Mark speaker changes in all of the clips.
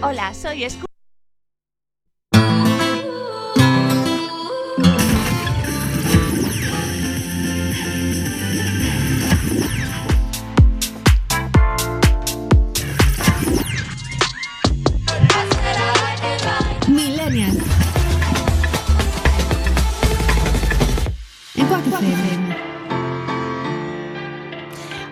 Speaker 1: Hola, soy Scoop.
Speaker 2: Millennial. En Quack FM.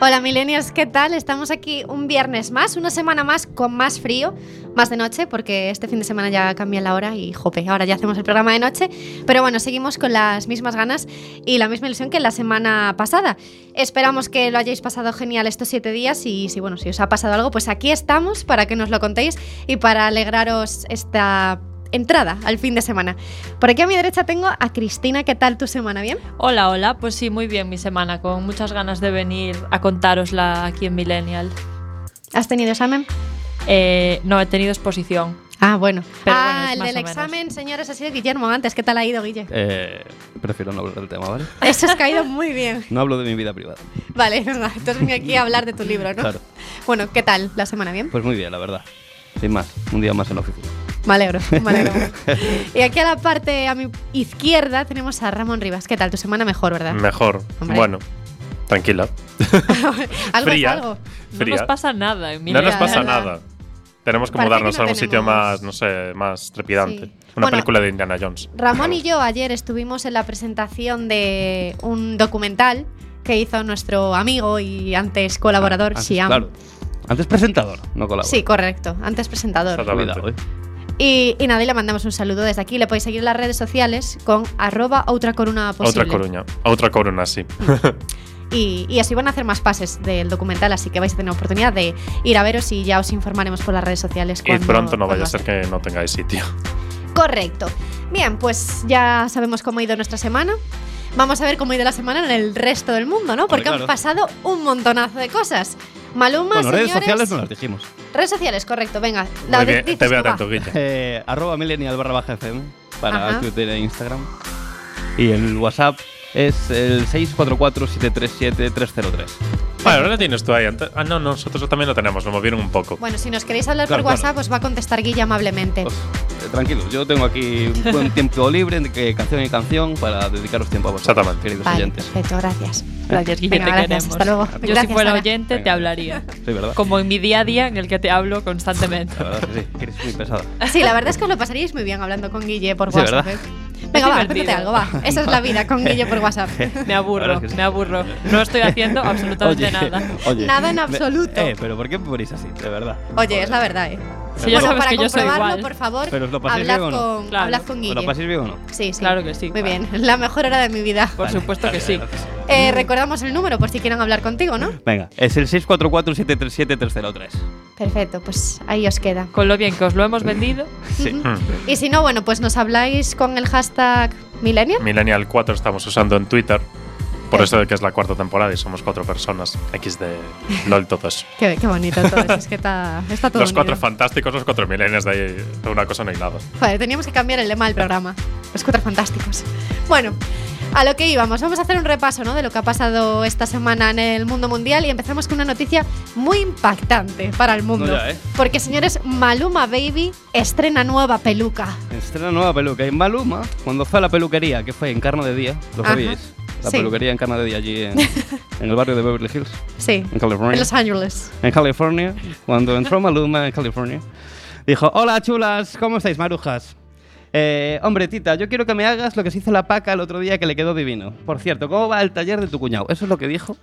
Speaker 3: Hola milenios, ¿qué tal? Estamos aquí un viernes más, una semana más con más frío, más de noche, porque este fin de semana ya cambia la hora y jope, ahora ya hacemos el programa de noche. Pero bueno, seguimos con las mismas ganas y la misma ilusión que la semana pasada. Esperamos que lo hayáis pasado genial estos siete días y si bueno, si os ha pasado algo, pues aquí estamos para que nos lo contéis y para alegraros esta entrada al fin de semana. Por aquí a mi derecha tengo a Cristina, ¿qué tal tu semana? ¿Bien?
Speaker 4: Hola, hola, pues sí, muy bien mi semana, con muchas ganas de venir a contárosla aquí en Millennial.
Speaker 3: ¿Has tenido examen?
Speaker 4: Eh, no, he tenido exposición.
Speaker 3: Ah, bueno.
Speaker 4: Pero
Speaker 3: ah,
Speaker 4: bueno, es
Speaker 3: el
Speaker 4: más
Speaker 3: del
Speaker 4: o menos.
Speaker 3: examen, señores, ha sido Guillermo antes. ¿Qué tal ha ido, Guille?
Speaker 5: Eh, prefiero no hablar del tema, ¿vale?
Speaker 3: Eso has caído muy bien.
Speaker 5: No hablo de mi vida privada.
Speaker 3: Vale, venga, tú has venido aquí a hablar de tu libro, ¿no?
Speaker 5: Claro.
Speaker 3: Bueno, ¿qué tal? ¿La semana bien?
Speaker 5: Pues muy bien, la verdad. Sin más, un día más en la oficina.
Speaker 3: Me alegro, me alegro. y aquí a la parte, a mi izquierda, tenemos a Ramón Rivas. ¿Qué tal? Tu semana mejor, ¿verdad?
Speaker 6: Mejor.
Speaker 3: Hombre.
Speaker 6: Bueno, tranquila.
Speaker 3: algo es
Speaker 6: fría.
Speaker 3: algo.
Speaker 4: No
Speaker 6: Fría.
Speaker 4: nos pasa nada en
Speaker 6: No
Speaker 4: Millennial.
Speaker 6: nos pasa
Speaker 3: nada.
Speaker 6: nada. Tenemos que
Speaker 3: Parece que
Speaker 6: mudarnos
Speaker 3: no
Speaker 6: a algún sitio
Speaker 3: tenemos-
Speaker 6: más, no sé, más trepidante.
Speaker 3: Sí.
Speaker 6: Una
Speaker 3: Bueno,
Speaker 6: película de Indiana Jones.
Speaker 3: Ramón y yo ayer estuvimos en la presentación de un documental que hizo nuestro amigo y antes colaborador,
Speaker 5: Ah, antes,
Speaker 3: Siam.
Speaker 5: Claro. Antes presentador, no colaborador.
Speaker 3: Sí, correcto, antes presentador.
Speaker 6: Exactamente.
Speaker 5: Cuidado, ¿eh?
Speaker 3: Y, y nada, y le mandamos un saludo desde aquí. Le podéis seguir en las redes sociales con arroba otra corona posible.
Speaker 6: Otra coruña. Otra corona, sí.
Speaker 3: Y, y así van a hacer más pases del documental, así que vais a tener oportunidad de ir a veros y ya os informaremos por las redes sociales.
Speaker 6: y
Speaker 3: cuando-
Speaker 6: pronto no vaya
Speaker 3: cuando
Speaker 6: a ser que no tengáis sitio.
Speaker 3: Correcto. Bien, pues ya sabemos cómo ha ido nuestra semana. Vamos a ver cómo ha ido la semana en el resto del mundo, ¿no? Porque
Speaker 5: claro.
Speaker 3: han pasado un montonazo de cosas. Maluma,
Speaker 5: Bueno, redes
Speaker 3: señores-
Speaker 5: sociales no las dijimos.
Speaker 3: Redes sociales, correcto. Venga,
Speaker 6: Muy
Speaker 3: David,
Speaker 6: bien,
Speaker 3: dices
Speaker 6: te veo
Speaker 3: tú, va.
Speaker 6: atento, Guille.
Speaker 5: Eh, arroba millennial barra baja FM para
Speaker 3: Ajá.
Speaker 5: Twitter e Instagram. Y el WhatsApp es el 644-737-303.
Speaker 6: Vale, ahora la tienes tú ahí. Ante- Ah, no, nosotros también lo tenemos, nos movieron un poco.
Speaker 3: Bueno, si nos queréis hablar
Speaker 5: Claro,
Speaker 3: por
Speaker 5: claro.
Speaker 3: WhatsApp, os va a contestar Guille amablemente.
Speaker 5: Os- eh, tranquilos, yo tengo aquí un buen tiempo libre entre canción y canción para dedicaros tiempo a vosotros,
Speaker 6: Exactamente.
Speaker 5: queridos
Speaker 3: Vale,
Speaker 5: oyentes.
Speaker 3: perfecto, gracias.
Speaker 4: Gracias, Guille,
Speaker 3: Venga,
Speaker 4: te
Speaker 3: gracias,
Speaker 4: queremos.
Speaker 3: hasta luego.
Speaker 4: Yo
Speaker 3: Gracias,
Speaker 4: si fuera
Speaker 3: Ana.
Speaker 4: oyente te
Speaker 5: Venga.
Speaker 4: hablaría.
Speaker 5: Sí, ¿verdad?
Speaker 4: Como en mi día a día en el que te hablo constantemente.
Speaker 5: La verdad es que sí, que eres muy pesada.
Speaker 3: Sí, la verdad es que os lo pasaríais muy bien hablando con Guille por
Speaker 5: Sí,
Speaker 3: WhatsApp.
Speaker 5: ¿verdad?
Speaker 3: ¿eh? Venga, va,
Speaker 4: divertido.
Speaker 3: cuéntate algo, va. Esa es la vida con Guille por WhatsApp.
Speaker 4: Me
Speaker 5: La
Speaker 4: aburro,
Speaker 5: verdad es que sí.
Speaker 4: me aburro. No estoy haciendo absolutamente nada.
Speaker 5: oye.
Speaker 3: Nada en
Speaker 5: Me-
Speaker 3: absoluto.
Speaker 5: Eh, pero ¿por qué me ponéis así? De verdad.
Speaker 3: Oye, es la verdad, ¿eh?
Speaker 4: Si ya
Speaker 3: Bueno,
Speaker 4: sabes
Speaker 3: para
Speaker 4: que yo soy
Speaker 3: comprobarlo,
Speaker 4: igual. ¿eh?
Speaker 3: por favor,
Speaker 5: Pero os lo pasáis
Speaker 3: hablad,
Speaker 5: bien o no?
Speaker 3: con,
Speaker 4: Claro.
Speaker 3: hablad con
Speaker 5: ¿Os
Speaker 3: Guille.
Speaker 5: lo pasáis bien o no?
Speaker 3: Sí, sí.
Speaker 4: Claro que sí,
Speaker 3: Muy
Speaker 4: vale.
Speaker 3: bien, la mejor hora de mi vida.
Speaker 4: Por supuesto que sí.
Speaker 3: Eh, recordamos el número por si quieren hablar contigo, ¿no?
Speaker 5: Venga, es el 644-737-303.
Speaker 3: Perfecto, pues ahí os queda.
Speaker 4: Con lo bien que os lo hemos vendido,
Speaker 5: Sí.
Speaker 6: Hmm.
Speaker 3: Y si no, bueno, pues nos habláis con el hashtag Millennial.
Speaker 6: Millennial 4 estamos usando en Twitter. Por
Speaker 3: Sí.
Speaker 6: eso de que es la cuarta temporada y somos cuatro personas. X de LOL todos.
Speaker 3: Qué, qué bonito todo eso, es que está, está todo
Speaker 6: Los cuatro
Speaker 3: unido.
Speaker 6: fantásticos, los cuatro milenios de ahí. De una cosa no hay nada.
Speaker 3: Joder, teníamos que cambiar el lema del programa. Los cuatro fantásticos. Bueno, a lo que íbamos. Vamos a hacer un repaso ¿no? de lo que ha pasado esta semana en el mundo mundial y empezamos con una noticia muy impactante para el mundo.
Speaker 5: No, ya, ¿eh?
Speaker 3: Porque, señores, Maluma Baby estrena nueva peluca.
Speaker 5: Estrena nueva peluca. Y Maluma, cuando fue a la peluquería, que fue en Carna de Día, lo
Speaker 3: Ajá.
Speaker 5: sabíais. La
Speaker 3: Sí.
Speaker 5: peluquería en Carna de Día, allí en, en el barrio de Beverly Hills,
Speaker 3: Sí,
Speaker 5: en California.
Speaker 3: en Los Ángeles.
Speaker 5: en California, cuando entró Maluma en California, dijo, hola chulas, ¿cómo estáis, marujas? Eh, hombre, tita, yo quiero que me hagas lo que se hizo la paca el otro día que le quedó divino. Por cierto, ¿cómo va el taller de tu cuñado? Eso es lo que dijo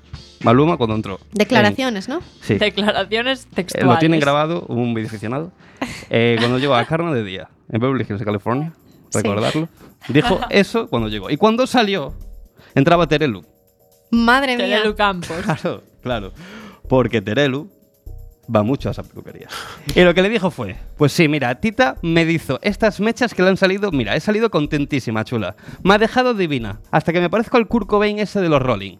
Speaker 5: Maluma cuando entró.
Speaker 3: Declaraciones, ¿no?
Speaker 5: En- sí.
Speaker 4: declaraciones
Speaker 5: Eh,
Speaker 4: textuales.
Speaker 5: lo tienen grabado un videoaficionado. Eh, cuando llegó a Carne de Día, en Beverly Hills, California,
Speaker 3: Sí.
Speaker 5: recordarlo. Dijo eso cuando llegó. Y cuando salió, entraba Terelu.
Speaker 3: Madre mía.
Speaker 4: Terelu Campos.
Speaker 5: Claro, claro. Porque Terelu va mucho a esa peluquería. Y lo que le dijo fue, pues sí, mira, Tita me hizo estas mechas que le han salido, mira, he salido contentísima, chula. Me ha dejado divina, hasta que me parezco al Kurt Cobain ese de los Rolling.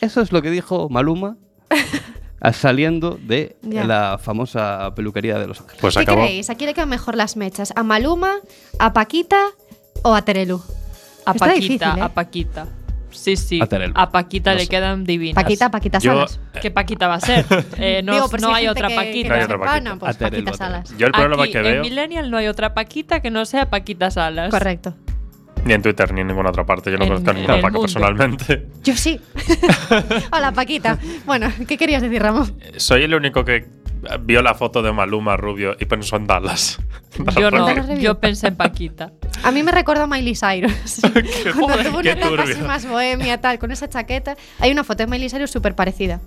Speaker 5: Eso es lo que dijo Maluma a- saliendo de
Speaker 3: Ya.
Speaker 5: la famosa peluquería de Los Ángeles.
Speaker 6: Pues
Speaker 3: ¿Qué
Speaker 6: acabó.
Speaker 3: creéis? ¿A quién le quedan mejor las mechas? ¿A Maluma, a Paquita o a Terelu?
Speaker 4: A
Speaker 3: Está
Speaker 4: Paquita,
Speaker 3: difícil, ¿eh?
Speaker 4: a Paquita. Sí, sí.
Speaker 5: A Terelu.
Speaker 4: A Paquita
Speaker 6: No
Speaker 4: le
Speaker 6: sé.
Speaker 4: quedan divinas.
Speaker 3: Paquita, Paquita
Speaker 6: Yo,
Speaker 3: Salas.
Speaker 4: ¿Qué Paquita va a ser? Eh, no
Speaker 3: Digo, por
Speaker 4: no
Speaker 3: si
Speaker 4: hay
Speaker 3: gente
Speaker 4: otra
Speaker 3: que-
Speaker 4: Paquita.
Speaker 3: que
Speaker 6: No hay
Speaker 3: lo
Speaker 6: otra
Speaker 3: sepa,
Speaker 6: Paquita.
Speaker 3: no, pues
Speaker 5: A Terelu,
Speaker 3: Paquita
Speaker 5: a Terelu.
Speaker 3: Salas.
Speaker 6: yo el problema
Speaker 4: Aquí,
Speaker 6: que
Speaker 4: En
Speaker 6: veo,
Speaker 4: Millennial no hay otra Paquita que no sea Paquita Salas.
Speaker 3: Correcto.
Speaker 6: ni en Twitter ni en ninguna otra parte, yo no
Speaker 4: En-
Speaker 6: conozco a
Speaker 4: en
Speaker 6: ninguna
Speaker 4: el
Speaker 6: Paca
Speaker 4: mundo.
Speaker 6: personalmente.
Speaker 3: Yo sí. Hola, Paquita. Bueno, ¿qué querías decir, Ramón?
Speaker 6: Soy el único que vio la foto de Maluma rubio y pensó en Dallas.
Speaker 4: Yo
Speaker 3: Cuéntanos,
Speaker 4: no,
Speaker 3: Revy.
Speaker 4: yo pensé en Paquita.
Speaker 3: A mí me recuerda a Miley Cyrus. Cuando
Speaker 6: joder,
Speaker 3: tuvo una
Speaker 6: qué
Speaker 3: etapa así
Speaker 6: turbio.
Speaker 3: más bohemia, tal, con esa chaqueta. Hay una foto de Miley Cyrus súper parecida.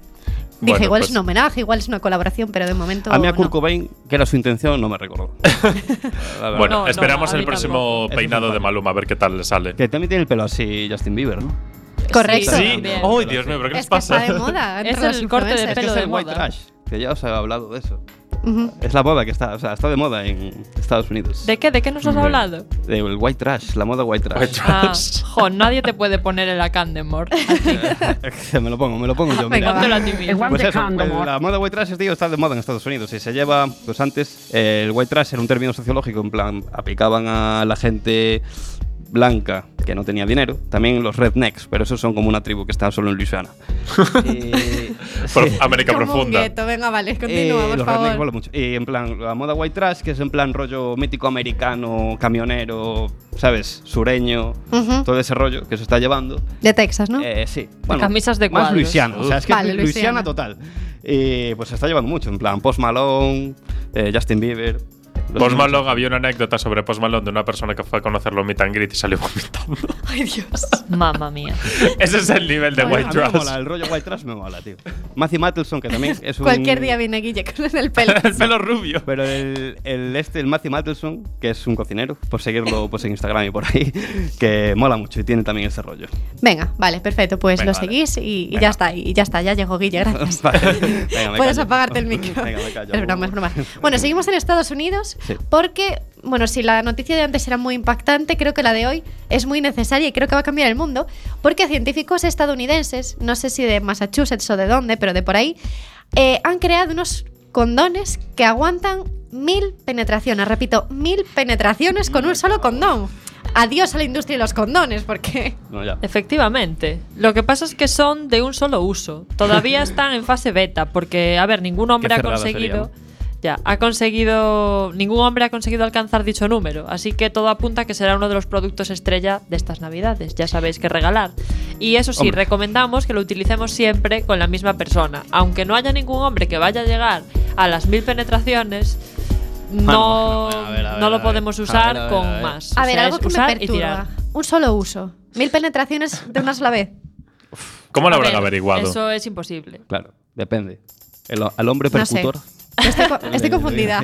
Speaker 3: Dije,
Speaker 6: Bueno,
Speaker 3: igual es
Speaker 6: pues-
Speaker 3: un homenaje, igual es una colaboración, pero de momento.
Speaker 5: A mí a
Speaker 3: no.
Speaker 5: Kurt Cobain, que era su intención, no me recordó. La verdad.
Speaker 6: Bueno,
Speaker 4: No, no,
Speaker 6: esperamos
Speaker 4: a mí
Speaker 6: el próximo
Speaker 5: Eso es
Speaker 6: peinado de
Speaker 5: importante.
Speaker 6: Maluma, a ver qué tal le sale.
Speaker 5: Que también tiene el pelo así Justin Bieber, ¿no?
Speaker 3: Correcto.
Speaker 5: Sí,
Speaker 6: Sí,
Speaker 4: También.
Speaker 6: ¡ay,
Speaker 5: Oh,
Speaker 6: Dios mío, pero ¿qué
Speaker 3: Es
Speaker 6: les
Speaker 3: que está
Speaker 6: pasa?
Speaker 3: de moda. entre
Speaker 4: Es
Speaker 3: los
Speaker 4: el corte de
Speaker 5: Es
Speaker 3: influencers.
Speaker 5: que
Speaker 4: Pelo
Speaker 5: es
Speaker 4: de
Speaker 5: el white
Speaker 4: moda.
Speaker 5: trash, que ya os he hablado de eso.
Speaker 3: Ujú.
Speaker 5: Es la moda que está, o sea, está de moda en Estados Unidos.
Speaker 4: ¿De qué? ¿De qué nos has
Speaker 5: Hombre.
Speaker 4: hablado?
Speaker 5: Del white trash, la moda white trash.
Speaker 6: White trash.
Speaker 4: Ah, jo, nadie te puede poner el Acandemore.
Speaker 5: me lo pongo, me lo pongo yo.
Speaker 3: Venga, va.
Speaker 5: mira.
Speaker 4: Póntelo a ti mismo.
Speaker 5: Pues eso, pues la moda white trash tío, está de moda en Estados Unidos y se lleva, pues antes, eh, el white trash era un término sociológico, en plan, aplicaban a la gente blanca que no tenía dinero, también los rednecks, pero esos son como una tribu que está solo en Luisiana. Y-
Speaker 6: Por
Speaker 5: sí.
Speaker 6: América
Speaker 3: Como un
Speaker 6: Profunda.
Speaker 3: gueto. Venga, vale,
Speaker 5: Eh,
Speaker 3: continúa, por
Speaker 5: los rednecks
Speaker 3: favor.
Speaker 5: molan mucho. Y en plan, la moda white trash, que es en plan rollo mítico americano, camionero, ¿sabes? Sureño,
Speaker 3: Ujú.
Speaker 5: todo ese rollo que se está llevando.
Speaker 3: De Texas, ¿no?
Speaker 5: Eh, sí.
Speaker 4: camisas de
Speaker 5: Más
Speaker 4: cuadros.
Speaker 5: Luisiana. O sea, es que
Speaker 3: Vale,
Speaker 5: es Luisiana
Speaker 3: Luisiana.
Speaker 5: total. Y pues se está llevando mucho. En plan, Post Malone, eh, Justin Bieber. los
Speaker 6: Post
Speaker 5: mismos.
Speaker 6: Malone, había una anécdota sobre Post Malone de una persona que fue a conocerlo en meet and greet y salió vomitando.
Speaker 3: Ay, Dios.
Speaker 4: Mamma mía.
Speaker 6: Ese es el nivel de
Speaker 5: Bueno,
Speaker 6: White
Speaker 5: a mí me mola,
Speaker 6: Trash.
Speaker 5: el rollo white trash me mola, tío. Matthew Mattelson, que también es un.
Speaker 3: Cualquier día viene Guille con el pelo.
Speaker 6: El pelo rubio.
Speaker 5: Pero el, el este, el Matthew Mattelson, que es un cocinero, por seguirlo pues, en Instagram y por ahí, que mola mucho y tiene también ese rollo.
Speaker 3: Venga, vale, perfecto. Pues
Speaker 5: Venga,
Speaker 3: lo
Speaker 5: vale.
Speaker 3: seguís y, y
Speaker 5: Venga.
Speaker 3: ya está, y ya está, ya llegó Guille, gracias.
Speaker 5: Vale, venga, me
Speaker 3: Puedes
Speaker 5: callo.
Speaker 3: apagarte el micro.
Speaker 5: Venga, me callo.
Speaker 3: es broma, es broma. Bueno, seguimos en Estados Unidos
Speaker 5: Sí.
Speaker 3: porque, bueno, si la noticia de antes era muy impactante, creo que la de hoy es muy necesaria y creo que va a cambiar el mundo porque científicos estadounidenses, no sé si de Massachusetts o de dónde, pero de por ahí, eh, han creado unos condones que aguantan mil penetraciones. Repito, mil penetraciones con un solo condón. Adiós a la industria de los condones porque...
Speaker 5: No, ya.
Speaker 4: Efectivamente. Lo que pasa es que son de un solo uso. Todavía están en fase beta, porque, a ver, ningún hombre
Speaker 5: Qué
Speaker 4: ha
Speaker 5: cerrada
Speaker 4: conseguido. Ya, ha conseguido. Ningún hombre ha conseguido alcanzar dicho número. Así que todo apunta a que será uno de los productos estrella de estas navidades. Ya sabéis que regalar. Y eso sí,
Speaker 5: Hombre.
Speaker 4: recomendamos que lo utilicemos siempre con la misma persona. Aunque no haya ningún hombre que vaya a llegar a las mil penetraciones. No,
Speaker 5: Ah, no, a ver, a ver,
Speaker 4: no
Speaker 5: a
Speaker 4: lo
Speaker 5: ver.
Speaker 4: podemos
Speaker 5: A ver,
Speaker 4: usar
Speaker 5: a ver, a
Speaker 4: con
Speaker 5: ver.
Speaker 4: más.
Speaker 3: A
Speaker 4: O
Speaker 3: ver,
Speaker 4: sea,
Speaker 3: algo
Speaker 4: es
Speaker 3: que me
Speaker 4: usar y tirar.
Speaker 3: perturba. Un solo uso. Mil penetraciones de una sola vez.
Speaker 6: ¿Cómo lo
Speaker 4: A
Speaker 6: habrán
Speaker 4: ver,
Speaker 6: averiguado?
Speaker 4: Eso es imposible.
Speaker 5: Claro, depende. El, ho- al hombre
Speaker 3: No sé.
Speaker 5: percutor.
Speaker 3: Estoy, co- estoy confundida.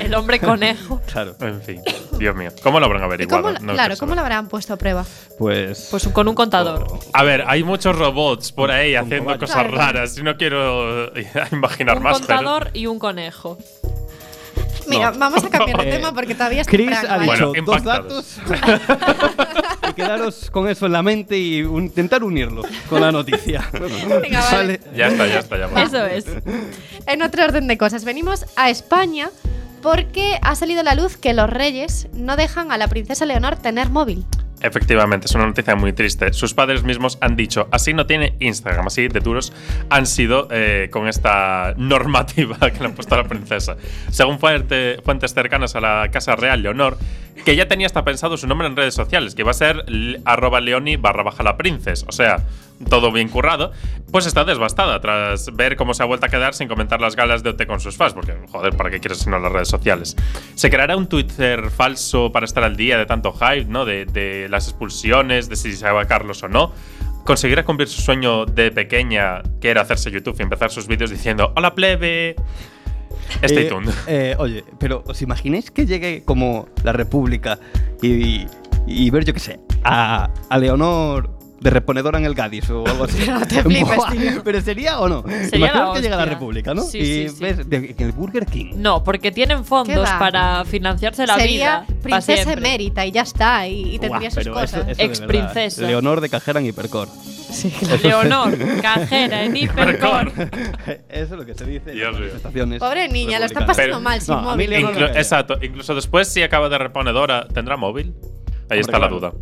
Speaker 4: El hombre conejo.
Speaker 5: claro.
Speaker 6: En fin, Dios mío. ¿Cómo lo habrán
Speaker 3: ¿Y
Speaker 6: averiguado?
Speaker 3: cómo,
Speaker 6: No
Speaker 3: claro,
Speaker 6: quiero
Speaker 3: ¿cómo lo
Speaker 6: saber.
Speaker 3: habrán puesto a prueba?
Speaker 5: Pues.
Speaker 4: Pues con un contador.
Speaker 6: A ver, hay muchos robots por ahí
Speaker 5: Con
Speaker 6: haciendo
Speaker 5: caballo.
Speaker 6: cosas
Speaker 3: Claro.
Speaker 6: raras. y No quiero eh, imaginar
Speaker 4: un
Speaker 6: más, pero...
Speaker 4: contador y un conejo.
Speaker 3: Mira, vamos a cambiar de
Speaker 5: Eh,
Speaker 3: tema porque todavía es
Speaker 5: Chris
Speaker 3: temprano,
Speaker 5: ha
Speaker 3: ¿vale?
Speaker 5: dicho
Speaker 6: Bueno,
Speaker 5: dos
Speaker 6: impactados.
Speaker 5: datos. y quedaros con eso en la mente y un- intentar unirlo con la noticia.
Speaker 3: Venga, vale.
Speaker 6: Ya está, ya está, ya está.
Speaker 4: Eso es.
Speaker 3: En otro orden de cosas, venimos a España porque ha salido a la luz que los reyes no dejan a la princesa Leonor tener móvil.
Speaker 6: Efectivamente, es una noticia muy triste. Sus padres mismos han dicho, así no tiene Instagram, así de duros han sido eh, con esta normativa que le han puesto a la princesa. Según fuerte- fuentes cercanas a la Casa Real Leonor, que ya tenía hasta pensado su nombre en redes sociales, que iba a ser l- arroba leoni barra baja la princes, o sea, todo bien currado, pues está desbastada tras ver cómo se ha vuelto a quedar sin comentar las galas de OT con sus fans, porque joder, ¿para qué quieres sino las redes sociales? Se creará un Twitter falso para estar al día de tanto hype, ¿no? De, de las expulsiones, de si se va Carlos o no. Conseguirá cumplir su sueño de pequeña, que era hacerse YouTube y empezar sus vídeos diciendo ¡Hola plebe! Stay
Speaker 5: Eh,
Speaker 6: tuned.
Speaker 5: eh, oye, pero ¿os imagináis que llegue como la República y, y ver, yo qué sé, a, a Leonor de reponedora en el Gadis o algo así?
Speaker 3: No te flipes,
Speaker 5: Buah,
Speaker 3: tío.
Speaker 5: Pero sería o no.
Speaker 4: Sería
Speaker 5: Imaginaos
Speaker 4: la
Speaker 5: que llega la
Speaker 4: hostia.
Speaker 5: República, ¿no?
Speaker 4: Sí,
Speaker 5: y
Speaker 4: sí, sí.
Speaker 5: ves de- el Burger King.
Speaker 4: No, porque tienen
Speaker 3: ¿Qué
Speaker 4: fondos
Speaker 3: va?
Speaker 4: para financiarse la
Speaker 3: Sería
Speaker 4: vida. pa'
Speaker 3: princesa
Speaker 4: siempre.
Speaker 3: emérita y ya está, y, y
Speaker 5: Buah,
Speaker 3: tendría sus
Speaker 5: pero eso-
Speaker 3: cosas.
Speaker 5: eso de
Speaker 4: Exprincesa.
Speaker 5: verdad. Leonor de Cajera en Hipercor.
Speaker 4: Leonor, cajera en Hipercor.
Speaker 5: Eso es lo que se dice en
Speaker 6: Dios
Speaker 5: las
Speaker 6: mío.
Speaker 5: manifestaciones.
Speaker 3: Pobre niña, lo están
Speaker 5: republicanas.
Speaker 3: pasando
Speaker 6: Pero-
Speaker 3: mal sin
Speaker 5: No, a mí
Speaker 3: móvil.
Speaker 5: Leonor-
Speaker 6: Inclu- exacto, incluso después si acaba de reponedora, ¿tendrá móvil? Ahí
Speaker 5: Hombre,
Speaker 6: está la
Speaker 5: claro.
Speaker 6: duda.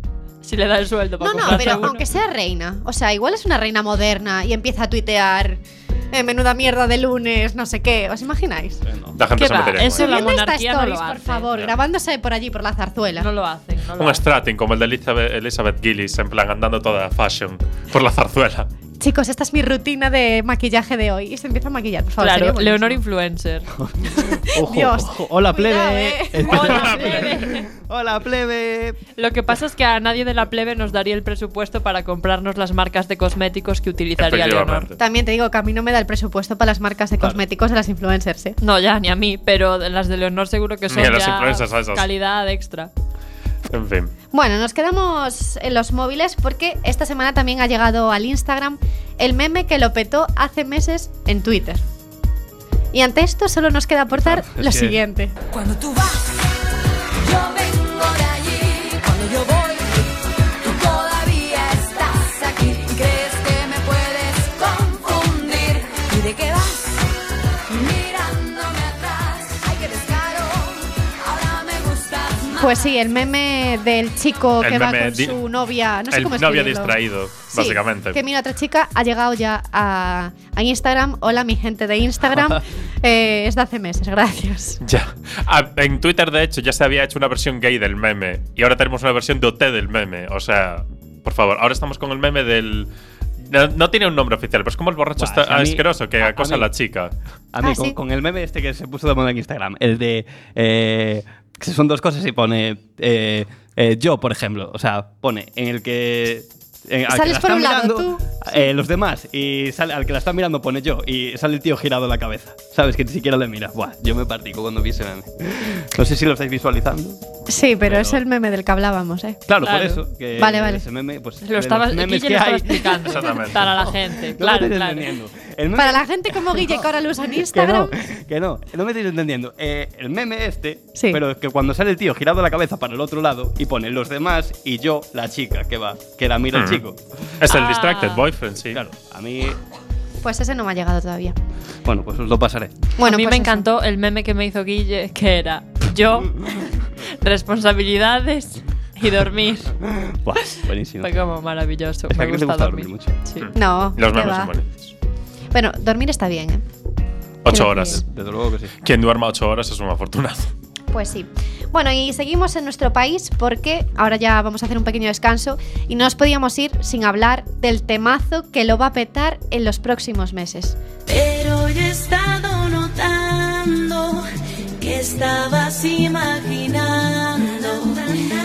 Speaker 4: si le da el sueldo. para
Speaker 3: No, no,
Speaker 4: comprarse
Speaker 3: pero
Speaker 4: uno.
Speaker 3: aunque sea reina. O sea, igual es una reina moderna y empieza a tuitear eh, menuda mierda de lunes, no sé qué. ¿Os imagináis?
Speaker 6: La gente
Speaker 4: ¿Qué
Speaker 6: se
Speaker 4: va?
Speaker 6: metería. en
Speaker 4: Eso la
Speaker 6: cualquier-
Speaker 3: Subiendo esta
Speaker 4: monarquía no
Speaker 3: stories,
Speaker 4: lo
Speaker 3: por
Speaker 4: hace.
Speaker 3: favor, grabándose por allí, por la zarzuela.
Speaker 4: No lo hacen. No lo
Speaker 6: Un
Speaker 4: hacen.
Speaker 6: Stratin como el de Elizabeth, Elizabeth Gillis, en plan andando toda fashion por la zarzuela.
Speaker 3: Chicos, esta es mi rutina de maquillaje de hoy. Y se empieza a maquillar, por favor. sería
Speaker 4: Claro,
Speaker 3: buenísimo.
Speaker 4: Leonor Influencer.
Speaker 5: Ojo,
Speaker 3: Dios.
Speaker 5: ojo. Hola,
Speaker 3: Cuidado,
Speaker 5: plebe.
Speaker 3: eh.
Speaker 4: Hola, plebe.
Speaker 5: Hola, plebe.
Speaker 4: Lo que pasa es que a nadie de la plebe nos daría el presupuesto para comprarnos las marcas de cosméticos que utilizaría Leonor.
Speaker 6: Efectivamente.
Speaker 3: También te digo que a mí no me da el presupuesto para las marcas de cosméticos de las influencers, ¿eh?
Speaker 4: No, ya, ni a mí, pero de las de Leonor seguro que
Speaker 6: Ni
Speaker 4: son
Speaker 6: a las
Speaker 4: ya
Speaker 6: influencers a esas.
Speaker 4: calidad extra.
Speaker 6: En fin.
Speaker 3: Bueno, nos quedamos en los móviles porque esta semana también ha llegado al Instagram el meme que lo petó hace meses en Twitter. Y ante esto solo nos queda aportar
Speaker 5: Es
Speaker 3: lo
Speaker 5: que-
Speaker 3: siguiente.
Speaker 1: Cuando tú vas, yo vengo de allí. Cuando yo voy, tú todavía estás aquí. Y crees que me puedes confundir. ¿Y de qué vas? Mirándome atrás. Ay, qué descaro. Ahora me gustas más.
Speaker 3: Pues sí, el meme del chico
Speaker 6: El
Speaker 3: que va
Speaker 6: meme
Speaker 3: con
Speaker 6: di-
Speaker 3: su novia, no sé
Speaker 6: el
Speaker 3: cómo
Speaker 6: novio
Speaker 3: escribirlo.
Speaker 6: distraído,
Speaker 3: Sí,
Speaker 6: básicamente.
Speaker 3: Que mira, otra chica ha llegado ya a, a Instagram. Hola, mi gente de Instagram. Eh, es de hace meses, gracias.
Speaker 6: Ya. Ah, en Twitter, de hecho, ya se había hecho una versión gay del meme. Y ahora tenemos una versión de OT del meme. O sea, por favor, ahora estamos con el meme del. No, no tiene un nombre oficial, pero es como el borracho
Speaker 5: Buah,
Speaker 6: está
Speaker 5: es que a mí-
Speaker 6: asqueroso que
Speaker 5: a- a
Speaker 6: acosa a,
Speaker 5: mí-
Speaker 6: la chica.
Speaker 5: A mí,
Speaker 3: Ah,
Speaker 5: con,
Speaker 3: sí.
Speaker 5: con el meme este que se puso de moda en Instagram, el de. eh, que son dos cosas y pone. eh, eh, yo, por ejemplo. O sea, pone en el que. en- al que
Speaker 3: Sales
Speaker 5: la
Speaker 3: por
Speaker 5: están
Speaker 3: un lado, tú.
Speaker 5: mirando, eh, los demás. Y sale, al que la están mirando pone yo. Y sale el tío girado la cabeza. ¿Sabes? Que ni siquiera le mira. Buah, yo me partico cuando vi ese meme. No sé si lo estáis visualizando.
Speaker 3: Sí, pero
Speaker 5: Pero-
Speaker 3: es el meme del que hablábamos, ¿eh?
Speaker 5: Claro,
Speaker 4: Claro.
Speaker 5: por eso. que
Speaker 3: Vale, vale.
Speaker 5: Ese meme, pues. de
Speaker 4: Lo estaba,
Speaker 5: los memes
Speaker 4: Guille
Speaker 5: que
Speaker 4: lo estaba
Speaker 5: hay.
Speaker 4: explicando
Speaker 6: Exactamente.
Speaker 4: para la gente.
Speaker 5: No me
Speaker 4: Claro,
Speaker 5: estáis
Speaker 4: claro.
Speaker 5: entendiendo. El meme
Speaker 3: Para la gente como Guille que ahora lo usa en
Speaker 5: Que
Speaker 3: Instagram.
Speaker 5: no, que no, no me estáis entendiendo. Eh, el meme este,
Speaker 3: Sí.
Speaker 5: pero es que cuando sale el tío girado la cabeza para el otro lado y pone los demás y yo, la chica, que va, que la mira el
Speaker 6: Mm.
Speaker 5: chico.
Speaker 6: Es el
Speaker 4: Ah.
Speaker 6: distracted boyfriend, sí.
Speaker 5: Claro, a mí,
Speaker 3: Pues ese no me ha llegado todavía.
Speaker 5: bueno, pues os lo pasaré.
Speaker 3: Bueno,
Speaker 4: a mí
Speaker 3: pues eso.
Speaker 4: me encantó el meme que me hizo Guille, que era yo, responsabilidades y dormir.
Speaker 5: Buah, buenísimo.
Speaker 4: Fue como maravilloso.
Speaker 5: Es que
Speaker 4: me
Speaker 5: a Chris le
Speaker 4: gusta
Speaker 5: gusta
Speaker 4: dormir.
Speaker 5: dormir mucho.
Speaker 4: Sí.
Speaker 3: No,
Speaker 6: Los
Speaker 3: ¿qué
Speaker 6: memes
Speaker 3: va?
Speaker 6: son bonitos.
Speaker 3: Bueno, dormir está bien, ¿eh?
Speaker 6: Ocho
Speaker 3: Creo
Speaker 6: horas.
Speaker 5: Desde luego que sí.
Speaker 6: Quien duerma ocho horas es un afortunado.
Speaker 3: Pues sí. Bueno, y seguimos en nuestro país porque ahora ya vamos a hacer un pequeño descanso y no nos podíamos ir sin hablar del temazo que lo va a petar en los próximos meses.
Speaker 1: Pero yo he estado notando que estabas imaginando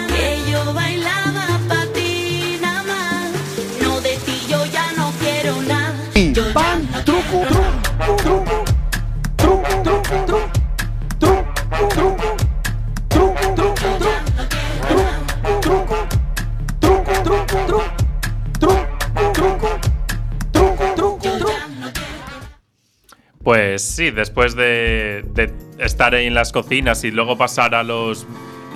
Speaker 1: que yo bailaba para ti nada más. No de ti yo ya no quiero nada. Yo ya no
Speaker 6: Pues sí, después de, de estar en las cocinas y luego pasar a los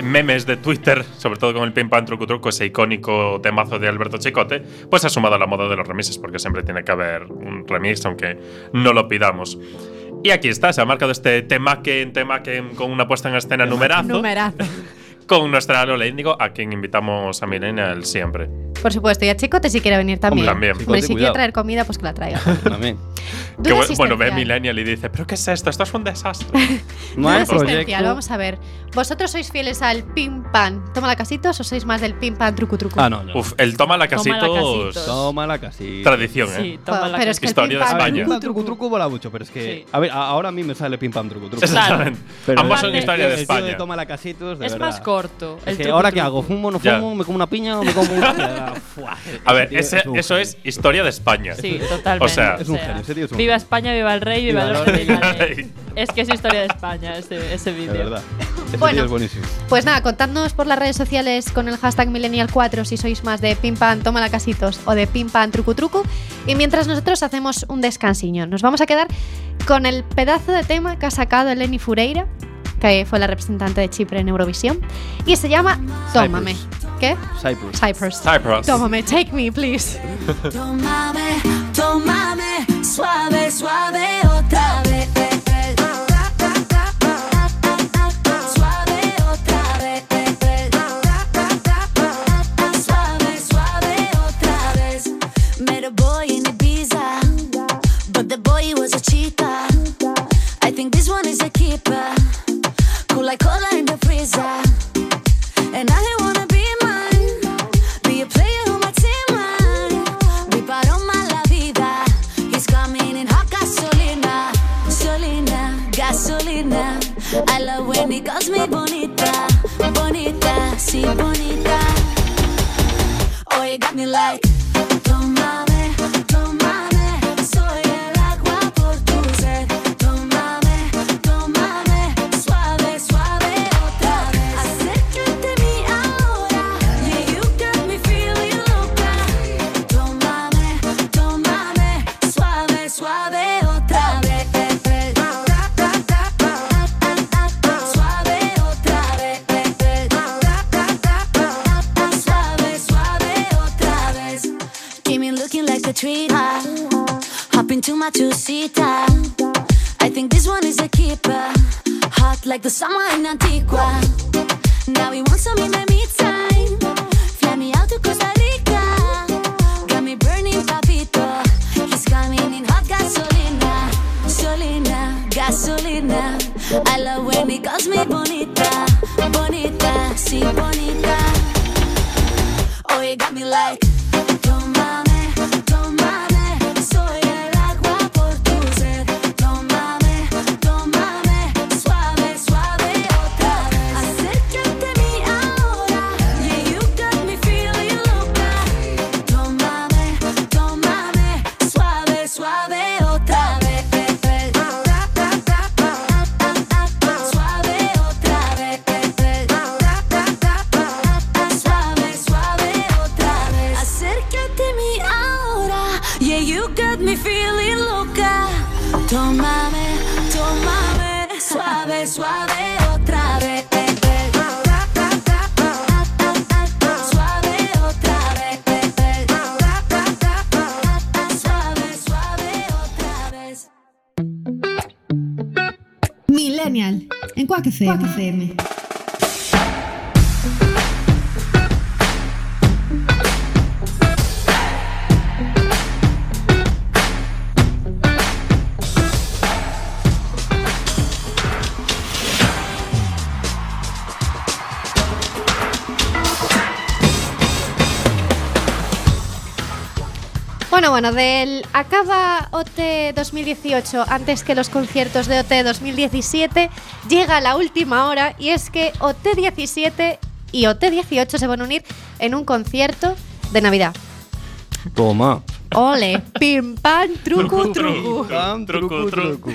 Speaker 6: memes de Twitter, sobre todo con el pim pam truco truco, ese icónico temazo de Alberto Chicote, pues ha sumado a la moda de los remixes, porque siempre tiene que haber un remix, aunque no lo pidamos. Y aquí está, se ha marcado este tema que tema que con una puesta en escena numerazo,
Speaker 3: Numerazo.
Speaker 6: con nuestra Lola Índigo, a quien invitamos a Milena el siempre.
Speaker 3: Por supuesto, y a Chicote si quiere venir también.
Speaker 6: Hombre, también.
Speaker 3: Hombre,
Speaker 5: Chicote,
Speaker 3: si
Speaker 5: cuidado.
Speaker 3: quiere traer comida, pues que la traiga.
Speaker 5: También.
Speaker 3: Duda
Speaker 6: Que, bu- bueno, ve
Speaker 3: existencial.
Speaker 6: Millennial y dice, pero ¿qué es esto? Esto es un desastre.
Speaker 5: No
Speaker 3: Duda
Speaker 5: hay
Speaker 3: existencial,
Speaker 5: proyecto.
Speaker 3: Vamos a ver. ¿Vosotros sois fieles al pim pam? Toma la casitos o sois más del pim pam trucu trucu?
Speaker 5: Ah, no, yo.
Speaker 6: Uf, el toma la
Speaker 4: Toma la
Speaker 6: casitos.
Speaker 4: casitos.
Speaker 5: Toma la casi.
Speaker 6: Tradición, ¿eh?
Speaker 4: Sí,
Speaker 3: Bueno,
Speaker 4: toma la
Speaker 3: pero es que el
Speaker 6: Historia
Speaker 3: pim
Speaker 6: de
Speaker 3: pam
Speaker 6: España.
Speaker 5: Pim,
Speaker 3: trucu,
Speaker 5: pam, truco, truco bola mucho, pero es que.
Speaker 4: Sí.
Speaker 5: A ver, a- ahora a mí me sale pim pam truco truco.
Speaker 6: Exactamente.
Speaker 5: Pero
Speaker 6: Ambos son
Speaker 5: el-
Speaker 6: historia de
Speaker 5: el tío
Speaker 6: España.
Speaker 5: Toma la casitos, de
Speaker 4: Es
Speaker 5: verdad.
Speaker 4: más corto.
Speaker 5: Es
Speaker 4: el
Speaker 5: que
Speaker 4: truco,
Speaker 5: ahora que
Speaker 4: truco.
Speaker 5: hago, fumo, no
Speaker 6: Ya.
Speaker 5: fumo, me como una piña o me como una. Fuah,
Speaker 6: A
Speaker 5: ese
Speaker 6: ver,
Speaker 5: tío
Speaker 6: ese-
Speaker 5: un
Speaker 6: eso
Speaker 5: genio.
Speaker 6: es historia de España.
Speaker 4: Sí, totalmente.
Speaker 6: O sea,
Speaker 5: Es un genio, ese tío es un
Speaker 4: Viva
Speaker 5: genio.
Speaker 4: España, viva el rey, viva
Speaker 5: Viva
Speaker 4: los
Speaker 5: el rey.
Speaker 4: generales. Es que es historia de España ese, ese
Speaker 5: De
Speaker 4: vídeo.
Speaker 5: verdad.
Speaker 6: Este
Speaker 5: Ese
Speaker 3: Bueno.
Speaker 5: tío es buenísimo.
Speaker 3: Pues nada, contadnos por las redes sociales con el hashtag Millennial4 si sois más de Pim Pam Toma la Casitos o de Pim Pam Trucu Trucu. Y mientras nosotros hacemos un descansiño, nos vamos a quedar con el pedazo de tema que ha sacado Eleni Fureira, que fue la representante de Chipre en Eurovisión, y se llama Tómame. ¿Qué?
Speaker 5: Cyprus.
Speaker 3: Cyprus.
Speaker 6: Cyprus.
Speaker 3: Tómame, take me, please.
Speaker 1: Tómame, tómame, suave, suave otra vez. Suave otra vez. Suave money's a keeper. Cool like cola in the freezer. And I don't wanna be mine. Be a player on my team, man. We paró la vida. He's coming in hot gasolina. Solina, gasolina. I love when he calls me bonita. Bonita, sí, bonita. Oh, you got me like. Tómame, tómame. Soy el agua por tu sed. Tómame, tómame. Suave, suave otra vez. Acércate a mí ahora. Yeah, you got me feeling loca. Tómame, tómame. Suave, suave otra vez. Suave otra vez. Suave, suave otra vez. Give me looking like a treat. Hop into my two seater. I think this one is a keeper. Hot like the summer in Antigua. Now he wants some in the meantime. Fly me out to Costa Rica. Got me burning, papito. He's coming in hot gasolina. Solina, gasolina. I love when he calls me bonita. Bonita, si bonita. Oh, you got me like Tómame, tómame Soy el agua por tu sed Tómame, tómame Suave, suave otra vez Acércate a mí ahora Yeah, you got me feeling loca Tómame, tómame Suave, suave otra vez Suave otra vez Suave, suave otra vez Acércate a mí ahora Yeah, you got me feeling loca Tómame, tómame Suave, suave otra vez Suave otra vez Suave, suave otra vez
Speaker 2: Millennial en Quack FM.
Speaker 3: Bueno, bueno, del acaba OT 2018 antes que los conciertos de OT 2017, llega la última hora y es que OT 17 y OT 18 se van a unir en un concierto de Navidad.
Speaker 5: Toma.
Speaker 3: Ole, pim pam, truco,
Speaker 6: Trucu, trucu.
Speaker 3: truco.
Speaker 5: Pam, trucu, trucu.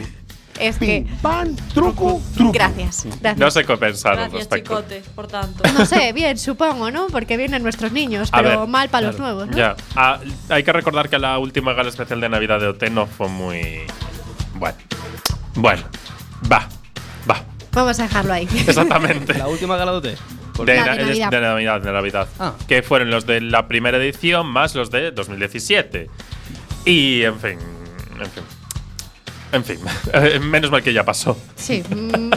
Speaker 3: Es que
Speaker 5: Pan, truco, truco.
Speaker 3: gracias, gracias.
Speaker 6: No sé qué pensar al
Speaker 4: Gracias,
Speaker 6: respecto.
Speaker 4: chicote, por tanto.
Speaker 3: No sé, bien, supongo, ¿no? Porque vienen nuestros niños,
Speaker 6: A
Speaker 3: pero
Speaker 6: ver,
Speaker 3: mal para los nuevos, ¿no?
Speaker 6: Ya. Ah, hay que recordar que la última gala especial de Navidad de OT no fue muy. Bueno. Bueno. Va. Va.
Speaker 3: Vamos a dejarlo ahí.
Speaker 6: Exactamente.
Speaker 5: La última galadote.
Speaker 6: De,
Speaker 3: La de
Speaker 6: na- es-
Speaker 3: Navidad.
Speaker 6: de Navidad, de Navidad.
Speaker 5: Ah.
Speaker 6: Que fueron los de la primera edición más los de 2017. Y, en fin. En fin. En fin. Eh, Menos mal que ya pasó.
Speaker 3: Sí. mm.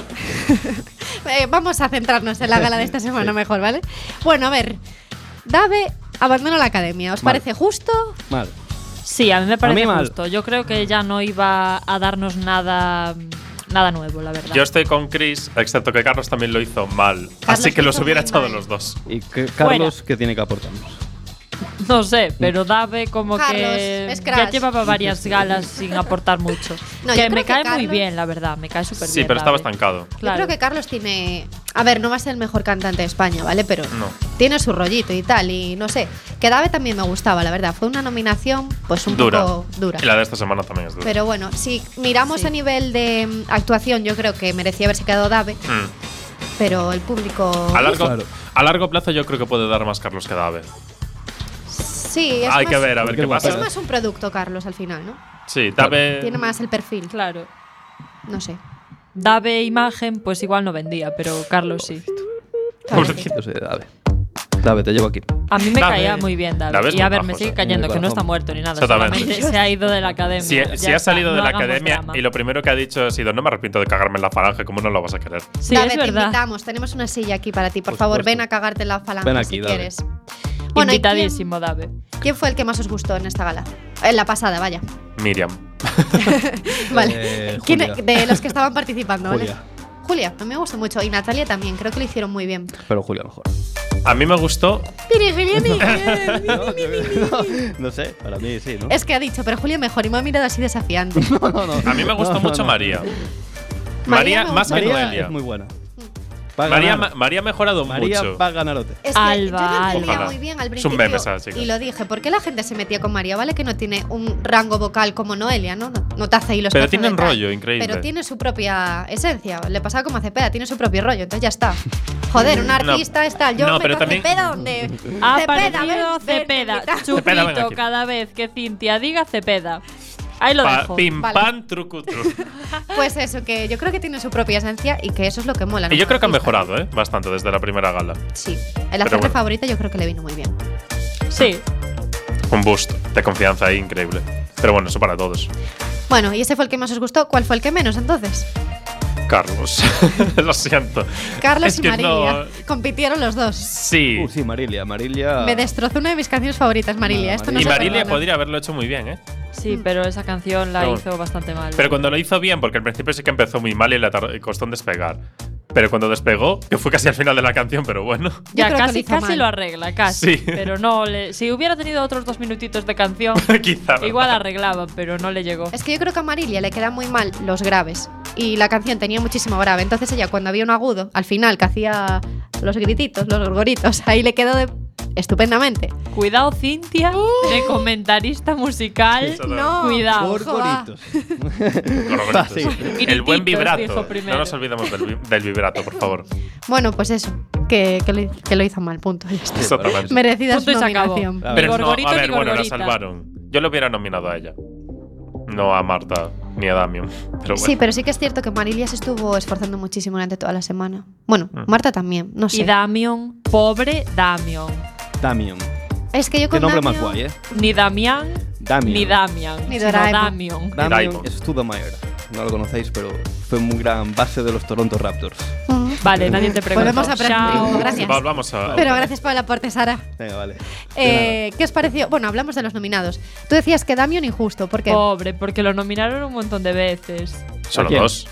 Speaker 3: Eh, vamos a centrarnos en la gala de esta semana
Speaker 5: Sí.
Speaker 3: mejor, ¿vale? Bueno, a ver. Dave abandona la academia. ¿Os
Speaker 5: Vale.
Speaker 3: parece justo?
Speaker 5: Mal.
Speaker 4: Sí, a mí me parece
Speaker 5: mí mal.
Speaker 4: justo. Yo creo que ya no iba a darnos nada, nada nuevo, la verdad.
Speaker 6: Yo estoy con Chris, excepto que Carlos también lo hizo mal. así que
Speaker 3: lo
Speaker 6: los
Speaker 3: hizo
Speaker 6: hubiera
Speaker 3: muy
Speaker 6: echado
Speaker 3: mal.
Speaker 6: los dos.
Speaker 5: ¿Y qué- Carlos qué tiene que aportarnos?
Speaker 4: No sé, pero Dave como
Speaker 3: Carlos,
Speaker 4: que
Speaker 3: es
Speaker 4: ya
Speaker 3: crash.
Speaker 4: llevaba varias galas sin aportar mucho.
Speaker 3: No, yo
Speaker 4: que
Speaker 3: creo
Speaker 4: me
Speaker 3: que
Speaker 4: cae muy
Speaker 3: Carlos-
Speaker 4: bien, la verdad, me cae súper
Speaker 6: Sí,
Speaker 4: bien.
Speaker 6: pero estaba
Speaker 4: Dave.
Speaker 6: estancado.
Speaker 4: Claro.
Speaker 3: Yo creo que Carlos tiene. A ver, no va a ser el mejor cantante de España, ¿vale? Pero
Speaker 6: No.
Speaker 3: tiene su rollito y tal. Y no sé. Que Dave también me gustaba, la verdad. Fue una nominación, pues un
Speaker 6: Dura.
Speaker 3: poco dura.
Speaker 6: Y la de esta semana también es dura.
Speaker 3: Pero bueno, si miramos
Speaker 4: Sí.
Speaker 3: a nivel de mm, actuación, yo creo que merecía haberse quedado Dave,
Speaker 6: Mm.
Speaker 3: pero el público.
Speaker 6: A largo,
Speaker 5: Claro.
Speaker 6: a largo plazo yo creo que puede dar más Carlos que Dave.
Speaker 3: Sí, es
Speaker 6: Hay
Speaker 3: más-
Speaker 6: que ver, a ver
Speaker 5: Porque
Speaker 6: qué
Speaker 5: guapa.
Speaker 3: Es
Speaker 6: pasa.
Speaker 3: más un producto, Carlos, al final, ¿no?
Speaker 6: Sí, Dave…
Speaker 3: Tiene más el perfil,
Speaker 4: Claro.
Speaker 3: no sé.
Speaker 4: Dave imagen, pues igual no vendía, pero Carlos sí.
Speaker 3: Pobrecito.
Speaker 5: Yo sé, Dave. Dave, te llevo aquí.
Speaker 4: A mí me
Speaker 6: Dave-
Speaker 4: caía muy bien Dave.
Speaker 6: Dave es
Speaker 4: y a
Speaker 6: muy
Speaker 4: ver,
Speaker 6: majo,
Speaker 4: me sigue
Speaker 6: sí.
Speaker 4: cayendo,
Speaker 5: Muy
Speaker 4: que no
Speaker 5: bajo.
Speaker 4: está muerto ni nada.
Speaker 6: Exactamente.
Speaker 4: Solamente se ha ido de la academia.
Speaker 6: Si,
Speaker 4: Ya
Speaker 6: si ha
Speaker 4: está,
Speaker 6: salido
Speaker 4: no
Speaker 6: de la
Speaker 4: hagamos
Speaker 6: academia
Speaker 4: drama.
Speaker 6: y lo primero que ha dicho ha sido no me arrepiento de cagarme en la falange, ¿cómo no lo vas a querer?
Speaker 4: Sí,
Speaker 3: Dave,
Speaker 4: es
Speaker 3: te
Speaker 4: verdad.
Speaker 3: invitamos. Tenemos una silla aquí para ti. Por,
Speaker 5: Por
Speaker 3: favor,
Speaker 5: supuesto.
Speaker 3: ven a cagarte en la falange
Speaker 5: Ven aquí,
Speaker 3: si
Speaker 5: Dave.
Speaker 3: quieres. ¿y
Speaker 4: Invitadísimo, Dave.
Speaker 3: ¿quién, quién fue el que más os gustó en esta gala? En la pasada, vaya.
Speaker 6: Miriam.
Speaker 3: Vale.
Speaker 5: Eh,
Speaker 3: ¿Quién- e-,
Speaker 5: Julia.
Speaker 3: de los que estaban participando, ¿vale?
Speaker 5: Julia.
Speaker 3: Julia, a mí me gustó mucho. Y Natalia también, creo que lo hicieron muy bien.
Speaker 5: Pero Julia mejor.
Speaker 6: A mí me gustó.
Speaker 5: No, no, no sé, para mí sí, ¿no?
Speaker 3: Es que ha dicho, pero Julia mejor y me ha mirado así desafiante.
Speaker 5: No, no, no.
Speaker 6: A mí me gustó
Speaker 5: No, no,
Speaker 6: mucho
Speaker 5: no.
Speaker 6: María.
Speaker 3: María
Speaker 6: María,
Speaker 3: me
Speaker 6: más que
Speaker 5: María
Speaker 6: Noelia.
Speaker 5: es muy buena. Va a
Speaker 6: María,
Speaker 5: ganar.
Speaker 6: ma- María ha mejorado
Speaker 5: María
Speaker 6: mucho.
Speaker 5: va a ganarote.
Speaker 3: Es que yo no
Speaker 4: Alba,
Speaker 3: entendía
Speaker 6: Alba.
Speaker 3: muy bien al
Speaker 6: Es un
Speaker 3: principio.
Speaker 6: meme esa chica.
Speaker 3: y lo dije, ¿por qué la gente se metía con María? Vale que no tiene un rango vocal como Noelia, ¿no? No, no te hace ahí los
Speaker 6: Pero
Speaker 3: trazos
Speaker 6: tiene
Speaker 3: de
Speaker 6: un
Speaker 3: tal.
Speaker 6: rollo increíble.
Speaker 3: Pero tiene su propia esencia. Le pasaba como a Cepeda, tiene su propio rollo, entonces ya está. Joder, un artista es tal. Yo
Speaker 6: No,
Speaker 3: me
Speaker 6: pero
Speaker 3: con
Speaker 6: también-
Speaker 3: Cepeda donde.
Speaker 4: Ha
Speaker 3: Cepeda, ven,
Speaker 4: aparecido
Speaker 3: ven,
Speaker 4: Cepeda.
Speaker 3: invita.
Speaker 4: Chupito
Speaker 6: Cepeda, ven aquí.
Speaker 4: cada vez que Cintia diga Cepeda. Ahí lo
Speaker 6: Pa-
Speaker 4: dejo.
Speaker 6: pim,
Speaker 3: Vale.
Speaker 6: pam, trucu, tru.
Speaker 3: Pues eso, que yo creo que tiene su propia esencia y que eso es lo que mola. ¿no?
Speaker 6: Y yo creo que ha
Speaker 3: Artista.
Speaker 6: mejorado, ¿eh? Bastante desde la primera gala.
Speaker 3: Sí. El actor de
Speaker 6: bueno.
Speaker 3: favorita yo creo que le vino muy bien.
Speaker 4: Sí.
Speaker 6: Un boost de confianza ahí increíble. Pero bueno, eso para todos.
Speaker 3: Bueno, y ese fue el que más os gustó. ¿Cuál fue el que menos entonces?
Speaker 6: Carlos. Lo siento.
Speaker 3: Carlos
Speaker 6: Es
Speaker 3: y
Speaker 6: que
Speaker 3: Marilia.
Speaker 6: no-
Speaker 3: Compitieron los dos.
Speaker 6: Sí.
Speaker 5: Uh, sí, Marilia. Marilia.
Speaker 3: Me destrozó una de mis canciones favoritas, Marilia.
Speaker 5: No,
Speaker 3: Esto no
Speaker 6: Y
Speaker 3: se
Speaker 6: Marilia
Speaker 3: perdona.
Speaker 6: podría haberlo hecho muy bien, ¿eh?
Speaker 4: Sí, pero esa canción la
Speaker 6: No.
Speaker 4: hizo bastante mal.
Speaker 6: Pero cuando lo hizo bien, porque al principio sí que empezó muy mal y le tar- costó en despegar. Pero cuando despegó, que fue casi al final de la canción, pero bueno.
Speaker 4: ya
Speaker 3: creo que lo
Speaker 4: casi,
Speaker 3: hizo
Speaker 4: casi
Speaker 3: mal.
Speaker 4: lo arregla, casi.
Speaker 6: Sí.
Speaker 4: Pero no le. Si hubiera tenido otros dos minutitos de canción,
Speaker 6: Quizá. ¿verdad?
Speaker 4: igual arreglaba, pero no le llegó.
Speaker 3: Es que yo creo que a Marilia le quedan muy mal los graves. Y la canción tenía muchísimo grave. Entonces ella, cuando había un agudo, al final, que hacía los grititos, los gorgoritos, ahí le quedó de- estupendamente.
Speaker 4: Cuidado, Cintia, de comentarista musical.
Speaker 6: Eso no.
Speaker 4: Cuidado.
Speaker 5: Gorgoritos.
Speaker 6: Gorgoritos.
Speaker 5: Fácil.
Speaker 6: El buen
Speaker 4: Grititos,
Speaker 6: vibrato.
Speaker 4: dijo
Speaker 6: No
Speaker 4: primero.
Speaker 6: nos olvidemos del, vi- del vibrato, por favor.
Speaker 3: Bueno, pues eso, que, que lo, que lo hizo mal, punto. Ya está.
Speaker 6: Exactamente.
Speaker 3: Merecida
Speaker 4: Punto y
Speaker 3: su
Speaker 4: se acabó.
Speaker 3: nominación.
Speaker 5: A ver.
Speaker 6: Pero no,
Speaker 4: Gorgorito
Speaker 6: a
Speaker 4: Ah, ni
Speaker 6: ver, bueno, la
Speaker 4: gorgorita.
Speaker 6: salvaron. Yo lo hubiera nominado a ella. No a Marta ni a Damian. Pero bueno.
Speaker 3: Sí, pero sí que es cierto que Marilia se estuvo esforzando muchísimo durante toda la semana. Bueno,
Speaker 6: Mm.
Speaker 3: Marta también, no
Speaker 4: Y
Speaker 3: sé.
Speaker 4: Damion, pobre Damion.
Speaker 5: Damian.
Speaker 3: Es que yo
Speaker 5: Qué
Speaker 3: con
Speaker 5: nombre
Speaker 3: Damian-
Speaker 5: más guay, ¿eh?
Speaker 4: Ni Damián,
Speaker 5: Damian.
Speaker 4: ni Damian.
Speaker 3: Ni
Speaker 4: sino
Speaker 3: Doraemon.
Speaker 4: Damion.
Speaker 5: Damian
Speaker 6: Daimon.
Speaker 5: Studamayer. No lo conocéis, pero fue un gran base de los Toronto Raptors.
Speaker 3: Mm.
Speaker 4: Vale, nadie te pregunta.
Speaker 3: Volvemos a aprender. Gracias.
Speaker 6: Va- vamos a.
Speaker 3: Pero gracias por el aporte, Sara.
Speaker 5: Venga, vale.
Speaker 3: Eh, ¿Qué os pareció? Bueno, hablamos de los nominados. Tú decías que Damian injusto, porque
Speaker 4: Pobre, porque lo nominaron un montón de veces.
Speaker 5: ¿A
Speaker 6: Solo
Speaker 5: quién?
Speaker 6: dos.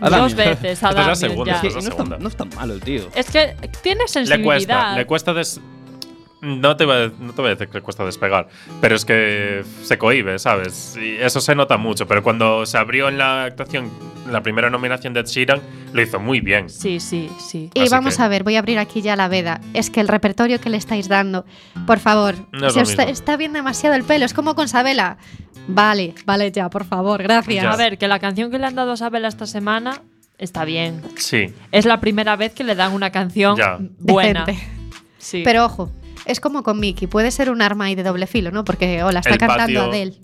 Speaker 6: Ah,
Speaker 5: A
Speaker 4: Dos
Speaker 5: Damian.
Speaker 4: veces a
Speaker 6: Esta es la
Speaker 4: Damian.
Speaker 6: segunda,
Speaker 4: ya.
Speaker 5: Es que
Speaker 6: es la
Speaker 5: no, es tan,
Speaker 6: segunda.
Speaker 5: no es tan malo el tío.
Speaker 3: Eh,
Speaker 4: Es que tiene
Speaker 6: Le cuesta.
Speaker 4: sensibilidad.
Speaker 6: Le cuesta des. No te, va- no te voy a decir que le cuesta despegar, pero es que se cohíbe, ¿sabes? Y eso se nota mucho, pero cuando se abrió en la actuación, en la primera nominación de Ed Sheeran, lo hizo muy bien.
Speaker 4: Sí, sí, sí.
Speaker 3: Y
Speaker 6: Así
Speaker 3: vamos
Speaker 6: que-
Speaker 3: a ver, voy a abrir aquí ya la veda. Es que el repertorio que le estáis dando, por favor,
Speaker 6: No es
Speaker 3: se
Speaker 6: lo
Speaker 3: os está,
Speaker 6: mismo.
Speaker 3: está bien demasiado el pelo, es como con Sabela. Vale, vale ya, por favor, gracias.
Speaker 6: Ya.
Speaker 4: A ver, que la canción que le han dado a Sabela esta semana está bien.
Speaker 6: Sí,
Speaker 4: Es la primera vez que le dan una canción
Speaker 6: Ya.
Speaker 4: buena.
Speaker 3: Decente.
Speaker 4: Sí.
Speaker 3: Pero ojo, es como con Mickey, puede ser un arma ahí de doble filo, ¿no? Porque, hola, está
Speaker 6: El
Speaker 3: cantando
Speaker 6: patio.
Speaker 3: Adele.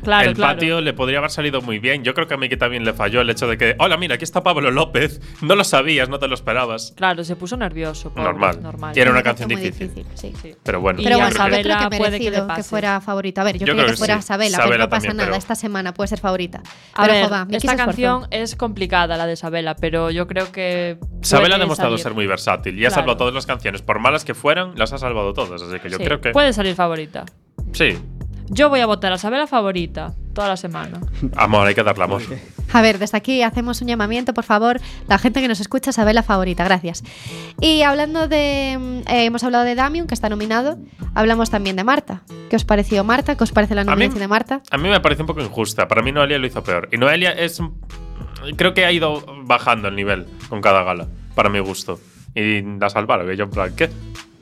Speaker 4: claro,
Speaker 6: el
Speaker 4: claro.
Speaker 6: patio le podría haber salido muy bien. Yo creo que a Miki también le falló el hecho de que, hola, mira, aquí está Pablo López. No lo sabías, no te lo esperabas.
Speaker 4: Claro, se puso nervioso. pobre,
Speaker 6: Normal.
Speaker 4: normal.
Speaker 6: Y era una
Speaker 3: Me parece
Speaker 6: canción
Speaker 3: muy
Speaker 6: difícil.
Speaker 3: sí.
Speaker 4: Sí.
Speaker 6: Pero bueno,
Speaker 4: Y
Speaker 3: Pero
Speaker 4: a
Speaker 3: bueno,
Speaker 4: Sabela
Speaker 3: yo creo que
Speaker 4: puede que le
Speaker 3: merecido que,
Speaker 4: pase.
Speaker 3: fuera favorita. A ver, yo,
Speaker 6: Yo
Speaker 3: quería
Speaker 6: creo
Speaker 3: que,
Speaker 6: que
Speaker 3: fuera
Speaker 6: sí.
Speaker 3: Sabela, pero
Speaker 6: Sabela
Speaker 3: no pasa
Speaker 6: también,
Speaker 3: nada,
Speaker 6: pero-
Speaker 3: esta semana puede ser favorita.
Speaker 4: A
Speaker 3: pero
Speaker 4: ver,
Speaker 3: ojo, va, Mickey
Speaker 4: esta
Speaker 3: se esforzó.
Speaker 4: canción es complicada, la de Sabela, pero yo creo que.
Speaker 6: Sabela
Speaker 4: puede
Speaker 6: ha demostrado
Speaker 4: salir.
Speaker 6: ser muy versátil y ha
Speaker 4: Claro.
Speaker 6: salvado todas las canciones. Por malas que fueran, las ha salvado todas. Así que yo
Speaker 4: Sí,
Speaker 6: creo que.
Speaker 4: Puede salir favorita.
Speaker 6: Sí.
Speaker 4: Yo voy a votar a Sabela favorita toda la semana.
Speaker 6: Amor, hay que darle amor.
Speaker 3: A ver, desde aquí hacemos un llamamiento, por favor, la gente que nos escucha sabe la favorita, gracias. Y hablando de, mm, eh, hemos hablado de Damian, que está nominado, hablamos también de Marta. ¿Qué os pareció Marta? ¿Qué os parece la
Speaker 6: mí-
Speaker 3: nominación de Marta?
Speaker 6: A mí me parece un poco injusta. Para mí Noelia lo hizo peor. Y Noelia es... un- Creo que ha ido bajando el nivel con cada gala, para mi gusto. Y la salvaron. que Yo en plan, ¿qué?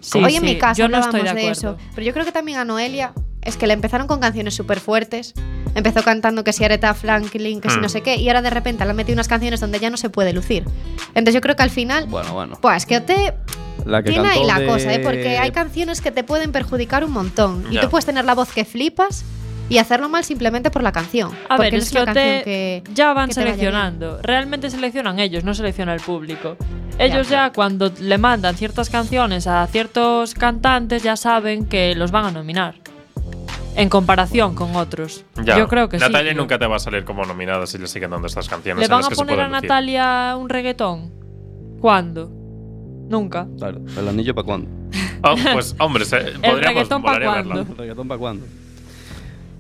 Speaker 4: Sí,
Speaker 3: Hoy en
Speaker 4: sí,
Speaker 3: mi casa
Speaker 4: yo no
Speaker 3: hablábamos
Speaker 4: estoy de,
Speaker 3: de
Speaker 4: acuerdo.
Speaker 3: eso, pero yo creo que también a Noelia es que le empezaron con canciones súper fuertes. Empezó cantando que si Aretha Franklin, que si
Speaker 6: Mm.
Speaker 4: Hmm.
Speaker 3: no sé qué, y ahora de repente le han metido unas canciones donde ya no se puede lucir. Entonces yo creo que al final,
Speaker 5: Bueno, bueno.
Speaker 3: pues que te
Speaker 5: La que
Speaker 3: pues, Tiene
Speaker 5: cantó
Speaker 3: ahí la
Speaker 5: de-
Speaker 3: cosa, ¿eh? porque hay canciones que te pueden perjudicar un montón. Y
Speaker 6: Ya.
Speaker 3: tú puedes tener la voz que flipas y hacerlo mal simplemente por la canción.
Speaker 4: A
Speaker 3: porque
Speaker 4: ver,
Speaker 3: no
Speaker 4: es
Speaker 3: es una
Speaker 4: que
Speaker 3: canción
Speaker 4: te-
Speaker 3: que.
Speaker 4: ya van
Speaker 3: que te vaya
Speaker 4: seleccionando. Realmente seleccionan ellos, no selecciona el público. Ellos ya, cuando le mandan ciertas canciones a ciertos cantantes ya saben que los van a nominar. En comparación con otros.
Speaker 6: Ya.
Speaker 4: Yo creo que sí.
Speaker 6: Natalia
Speaker 4: tío.
Speaker 6: nunca te va a salir como nominada si le siguen dando estas canciones.
Speaker 4: ¿Le
Speaker 6: en
Speaker 4: van
Speaker 6: las
Speaker 4: a
Speaker 6: que se
Speaker 4: poner a
Speaker 6: pueden lucir.
Speaker 4: Natalia un reggaetón? ¿Cuándo? Nunca.
Speaker 5: Claro, el anillo para cuándo.
Speaker 6: Ah, pues, hombre, se-
Speaker 4: reggaetón
Speaker 6: podríamos
Speaker 4: pa'
Speaker 6: molaría
Speaker 4: cuándo.
Speaker 6: verla.
Speaker 3: Eh.
Speaker 5: ¿El reggaetón para cuándo?